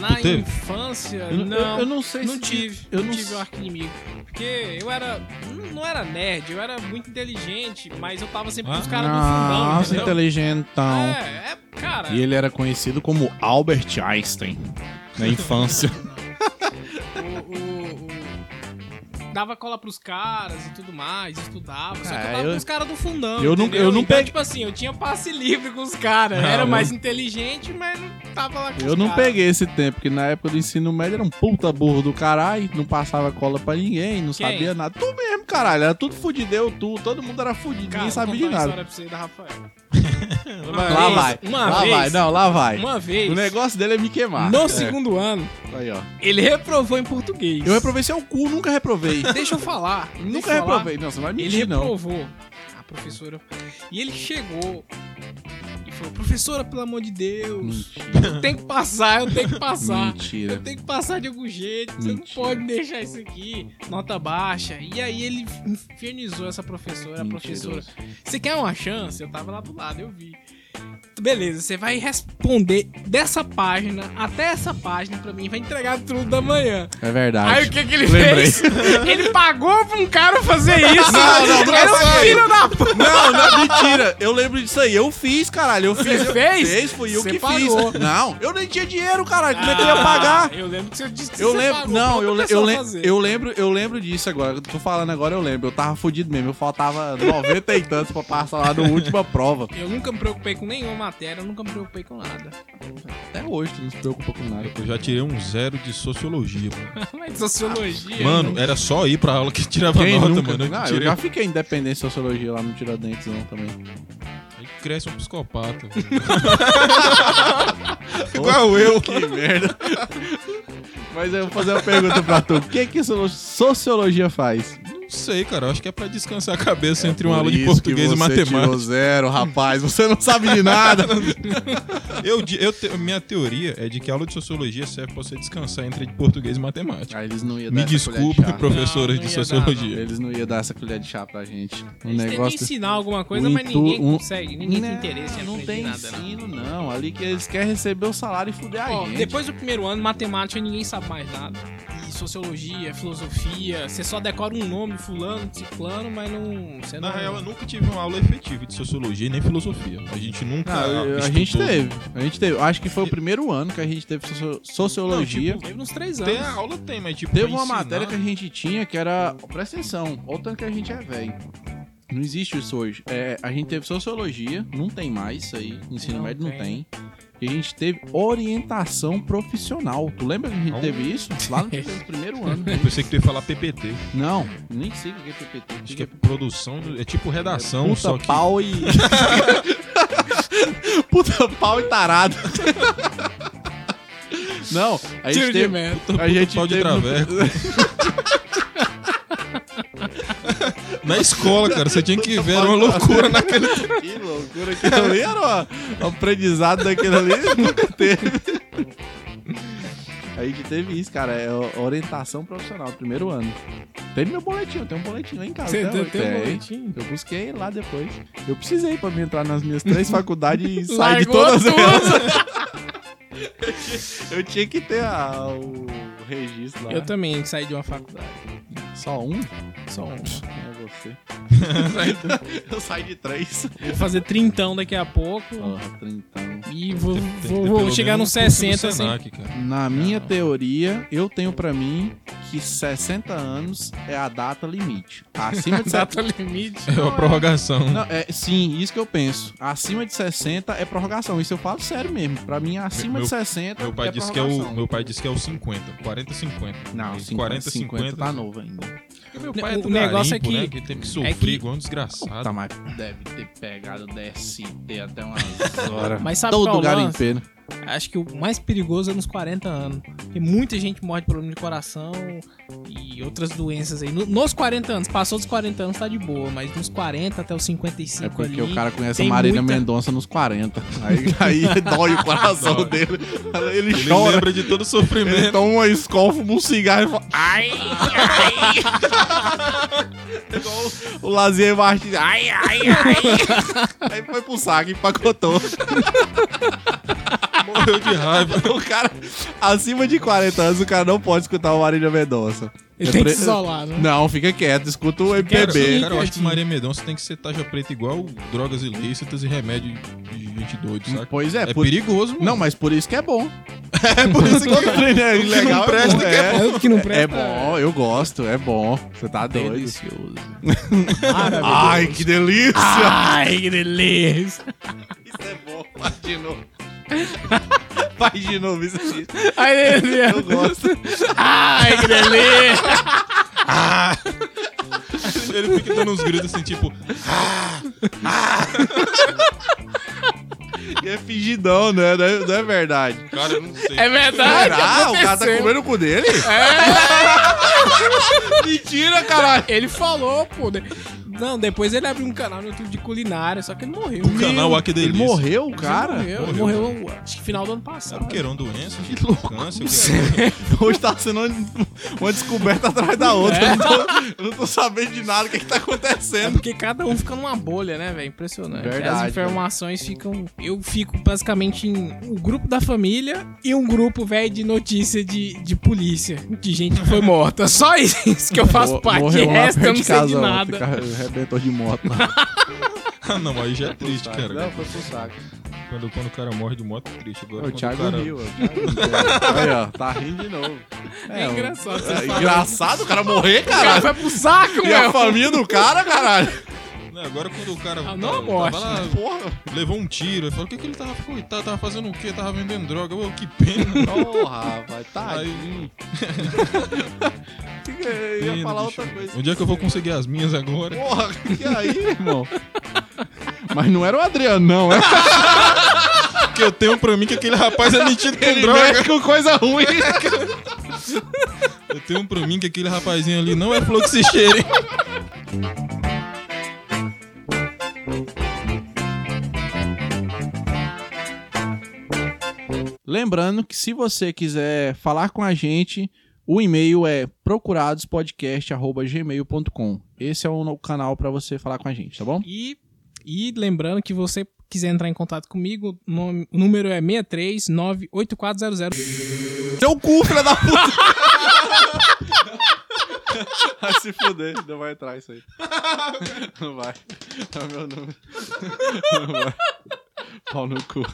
A: Na
C: Tu teve?
A: infância,
D: Eu,
A: não.
D: eu, eu não sei
A: Não
D: se.
A: tive, eu
D: eu
A: não
D: não
A: tive
D: s-
A: um arco inimigo. Porque eu era. não- Não era nerd, eu era muito inteligente, mas eu tava sempre com os
C: Ah.
A: caras no fundão,
D: Nossa, então
A: entendeu?
D: inteligentão.
A: É, é, cara.
B: E ele era conhecido como Albert Einstein na infância.
A: O, o- o- dava cola pros caras e tudo mais, estudava. Só que eu
D: É,
A: tava
D: eu-
A: com os caras do fundão.
D: eu não-
A: entendeu?
D: eu não
A: então,
D: peguei-
A: tipo assim, eu tinha passe livre com os caras.
C: Ah,
A: Era
C: eu-
A: mais inteligente, mas não tava lá com
D: Eu
A: os
D: não
A: caras.
D: peguei esse tempo, porque na época do ensino médio era um puta burro do caralho, não passava cola pra ninguém, não
A: Quem?
D: sabia nada. Tu mesmo, caralho, era tudo fudideu, tu, todo mundo era fudido,
A: Cara,
D: ninguém sabia
A: vou
D: de
A: contar uma
D: nada.
A: história pra você da Rafael.
D: (laughs) Lá
A: vez-
D: vai,
A: uma
D: lá
A: vez-
D: vai, não, lá vai.
A: Uma vez,
D: O negócio dele é me queimar.
A: no segundo ano,
D: Aí, ó.
A: ele reprovou em português.
D: Eu reprovei seu cu, nunca reprovei.
A: (laughs) Deixa eu falar. deixa
D: nunca
A: eu falar.
D: reprovei. Não, você não vai
A: Ele
D: mentir, não.
A: reprovou a professora. E ele chegou e falou, professora, pelo amor de Deus, eu tenho que passar, eu tenho que passar.
D: Mentira.
A: Eu tenho que passar de algum jeito, você não
D: Mentira.
A: pode deixar isso aqui, nota baixa. E aí ele infernizou essa professora, a é professora.
D: Mentiroso.
A: Você quer uma chance? Eu tava lá do lado, eu vi. Beleza, você vai responder dessa página até essa página pra mim, vai entregar tudo da manhã.
D: É verdade.
A: Aí o que que ele
D: Lembrei. (laughs)
A: fez? Ele pagou pra um cara fazer isso.
D: Não, não,
A: Era um
D: não,
A: filho da puta.
D: Não, não, mentira. Eu lembro disso aí. Eu fiz, caralho. Eu fiz.
A: Você
D: eu-
A: fez?
D: Fez, fui eu
A: Você
D: que
A: pagou.
D: fiz. Não, eu nem tinha dinheiro, caralho. Como é que eu ia pagar?
A: Ah, Eu lembro que você disse que
D: Eu
A: você
D: lembro,
A: pagou
D: não,
A: pra
D: eu,
A: outra
D: le- eu,
A: pessoa
D: lem-
A: fazer.
D: eu lembro, eu lembro disso agora. Eu tô falando agora, eu lembro. Eu tava fudido mesmo. Eu faltava 90 e tantos pra passar lá na última prova.
A: Eu nunca me preocupei com nenhuma matéria, eu nunca me preocupei com nada.
D: Até hoje, tu não se preocupa com nada.
C: (laughs) Eu já tirei um zero de sociologia, mano.
A: (laughs) Mas sociologia. né?
C: Mano, era só ir pra aula que tirava
D: Quem
C: nota,
D: nunca?
C: mano. é Eu
D: Ah, eu
C: tirei-
D: já fiquei independente de sociologia lá no Tiradentes, não, também.
C: (laughs) Aí cresce um psicopata.
D: Igual eu. Que merda. (laughs) Mas eu vou fazer uma pergunta pra tu. O que é que so- sociologia faz?
C: Não sei, cara. Eu acho que é pra descansar a cabeça entre uma
D: É Por
C: aula de
D: isso que
C: português e
D: você
C: matemática.
D: tirou zero, rapaz. Você não sabe de
C: (laughs)
D: nada.
C: Eu, di- eu te- minha teoria é de que a aula de sociologia serve pra você descansar entre português e matemática.
D: Ah, eles não iam
C: Me
D: dar essa colher de
C: desculpe,
D: chá.
A: Não,
C: professores
A: não
C: de
A: ia dar,
C: sociologia.
D: Eles não iam dar essa colher de chá pra gente. Um
A: Eles tentam
D: negócio...
A: ensinar alguma coisa,
D: o
A: mas
D: intu-
A: ninguém
D: um-
A: consegue, ninguém tem interesse em
D: não
A: aprender
D: tem
A: nada. não.
D: ensino, não. Ali que eles querem receber o salário e fuder a
A: Ó,
D: gente.
A: depois do primeiro ano, matemática ninguém sabe mais nada. E sociologia, filosofia, você só decora um nome, fulano, ciclano, mas não. Você
C: Na
A: não...
C: real, eu nunca tive uma aula efetiva de sociologia e nem filosofia. A gente nunca.
D: Ah, eu- a
C: estudou.
D: gente teve. A gente teve. Acho que foi o primeiro ano que a gente teve socio- sociologia.
A: Não, tipo, teve uns três anos.
C: Tem a aula, tem, mas tipo.
D: Teve
C: pra
D: uma
C: ensinar-
D: matéria que a gente tinha que era. Presta atenção, olha o tanto que a gente é velho. Não existe isso hoje. É, a gente teve sociologia, não tem mais isso aí. Ensino
A: Não
D: médio não
A: tem.
D: tem. E a gente teve orientação profissional. Tu lembra que a gente
C: Não.
D: teve isso? Lá
C: (laughs)
D: no primeiro ano.
C: Eu pensei que tu ia falar PPT.
D: Não, nem sei o que é PPT.
C: Acho que é produção. do- É tipo redação,
D: Puta
C: só que.
D: pau e. (laughs) Puta pau e tarado. (laughs) Não, a gente
A: Tiro de
D: teve.
A: meta.
D: A gente
C: pau de
D: teve no-
C: traveco. Na escola, cara, você tinha que ver, era uma loucura né? na
D: Que loucura, aquilo ali era o aprendizado daquilo ali, nunca teve. A gente teve isso, cara, é o- orientação profissional, primeiro ano. Tem no meu boletim, eu tenho um boletim lá em casa.
A: Você
D: até
A: tem
D: hoje.
A: tem um
D: Tem.
A: boletim?
D: Eu busquei lá depois. Eu precisei pra me entrar nas minhas três faculdades e sair de
A: Largou
D: todas
A: tudo. (laughs)
D: elas. Eu tinha que ter a- o registro lá.
A: Eu também saí de uma faculdade.
D: Só um?
A: Só um.
D: É
A: (laughs)
D: você. eu saí de três.
A: Vou fazer trintão daqui a pouco.
D: Porra, trintão.
A: E vou,
C: Tem que ter
A: vou-
C: pelo
A: vou
C: menos
A: chegar
C: um
A: nos
C: curso do
A: 60, assim. (laughs)
C: Senac, cara.
D: Na minha
C: Não.
D: teoria, eu tenho pra mim que 60 anos é a data limite. Acima
C: (laughs)
D: de 60
A: Data limite.
C: É uma prorrogação.
D: não, é, sim, isso que eu penso. Acima de 60 é prorrogação. Isso eu falo sério mesmo. Pra mim, acima
C: Meu-
D: de 60
C: Meu pai,
D: é
C: disse que é o,
D: prorrogação.
C: meu pai disse que é o 50. 40, 50.
D: Não,
C: Aí
D: 50,
C: 40,
D: 50,
C: 50.
D: tá novo ainda.
C: Porque meu pai é
A: O
C: do
A: negócio é
C: garimpo,
A: que-
C: né, teve que sofrer
A: que-
C: igual um desgraçado.
D: Tá, mas deve ter pegado DST até umas horas.
A: Mas sabe
D: Todo
A: qual é o lance?
D: garimpeiro.
A: Acho que o mais perigoso é nos 40 anos. Porque muita gente morre de problema de coração e outras doenças aí. No- Nos 40 anos, passou dos 40 anos, tá de boa, mas nos 40 até os 55
D: É porque
A: ali,
D: o cara conhece a
A: tem
D: Marina
A: muita-
D: Mendonça nos
C: (laughs)
D: 40. Aí, aí dói o coração
C: Dói.
D: dele. Ele
C: Ele
D: chora.
C: lembra de todo o sofrimento. (laughs)
D: Ele toma uma escola, fuma um cigarro e fala. Né? Ai! ai." Igual o- o Lazier Martins. Ai, ai, ai! Aí foi pro saco, empacotou.
C: Morreu de raiva.
D: O cara, acima de 40 anos, o cara não pode escutar o Marília Mendonça.
A: Ele tem que
D: pre-
A: se isolar, né?
D: Não, fica quieto, escuta o
C: Cara,
D: MPB.
C: cara, eu acho que Maria Mendonça tem que ser taxa preta igual drogas ilícitas e remédio de gente doido, saca?
D: Pois é,
C: É,
D: por...
C: perigoso, mano.
D: não, mas por isso que é
C: (laughs)
D: bom. É por isso que (laughs) é
C: né?
D: (laughs)
C: não presta que é
A: É o que não presta.
D: É bom, eu gosto, é bom. Você tá doido.
A: Delicioso.
D: (laughs) Ai, que delícia!
C: Ah,
A: Ai, que delícia.
D: Isso é
A: (laughs)
D: bom, faz de novo. (laughs) Faz de novo isso aqui.
A: Ai, que
D: (laughs)
A: delícia.
D: Eu gosto.
A: Ai, que delícia.
C: Ele fica dando uns gritos assim, tipo,
D: E é fingidão, né? Não é, não é verdade.
C: cara, eu não sei.
A: É verdade.
D: Será? O cara tá
A: aconteceu.
D: comendo o cu dele?
A: É.
D: (laughs) Mentira, caralho!
A: Ele falou, pô. né? Não, depois ele abriu um canal no YouTube de culinária, só que ele morreu.
C: O Um canal aqui
D: Ele
C: delícia.
D: morreu, cara?
A: Ele morreu,
C: Morreu. É
A: morreu, acho que final do ano
C: Sabe
A: passado.
C: o que era? Uma doença? Que louco. Câncer, o que é? era?
B: Hoje tá sendo uma descoberta atrás da outra.
A: É.
B: Eu, não tô, eu não tô sabendo de nada o que, que tá
A: É
B: acontecendo.
A: porque cada um fica numa bolha, né, velho? Impressionante.
D: Verdade,
A: As informações ficam. Eu fico basicamente em um grupo da família e um grupo, velho, de notícia de, de polícia, de gente que foi morta. Só (laughs) isso que eu faço parte. O
D: Morreu lá
A: resto eu não
D: perto de
A: sei de
D: casa ontem,
A: nada.
D: cara, Arrebentou de moto.
C: Ah, não, aí já é
D: Foi pro
C: triste,
D: saco.
C: cara.
D: Não, foi pro saco.
C: Quando, quando o cara morre de moto, é triste. Agora,
D: O
C: quando
D: Thiago (laughs)
C: cara...
D: riu, ó, o Thiago riu. Aí, ó, tá rindo de novo.
A: É,
D: um-
A: engraçado.
B: É
A: Você fala,
B: engraçado o cara morrer,
A: O cara
B: caralho.
A: foi pro saco,
B: E a
A: meu.
B: família do cara, caralho.
C: Não, Né, agora quando o cara
A: Ah, não,
C: tava-
A: morte. né?
C: tava lá,
B: Porra.
C: levou um tiro, ele falou, o que, que ele tava, coitado, tava fazendo o quê? Tava vendendo droga, eu, que
D: (laughs)
C: pena.
D: Porra, rapaz, tá.
C: Aí,
D: Eu ia
C: pena,
D: falar
C: bicho.
D: outra coisa.
C: Onde é que eu vou conseguir as minhas agora?
D: Porra, e aí, (laughs) irmão? Mas não era o Adriano, não. (laughs) É
C: Porque eu tenho pra mim que aquele rapaz é metido com
D: ele
C: droga.
D: mexe com coisa ruim.
C: Eu tenho pra mim que aquele rapazinho ali não é flor que se cheira, hein?
D: (laughs) Lembrando que se você quiser falar com a gente, o e-mail é procuradospodcast.gmail.com. Esse é o no- canal pra você falar com a gente, tá bom?
A: E, e lembrando que você quiser entrar em contato comigo, o nome- o número é 6398400.
B: Seu cu, filha da puta.
D: (laughs) Vai se fuder, não vai entrar
B: (laughs)
D: isso aí. Não vai. É o meu número. Não vai. Pau no cu.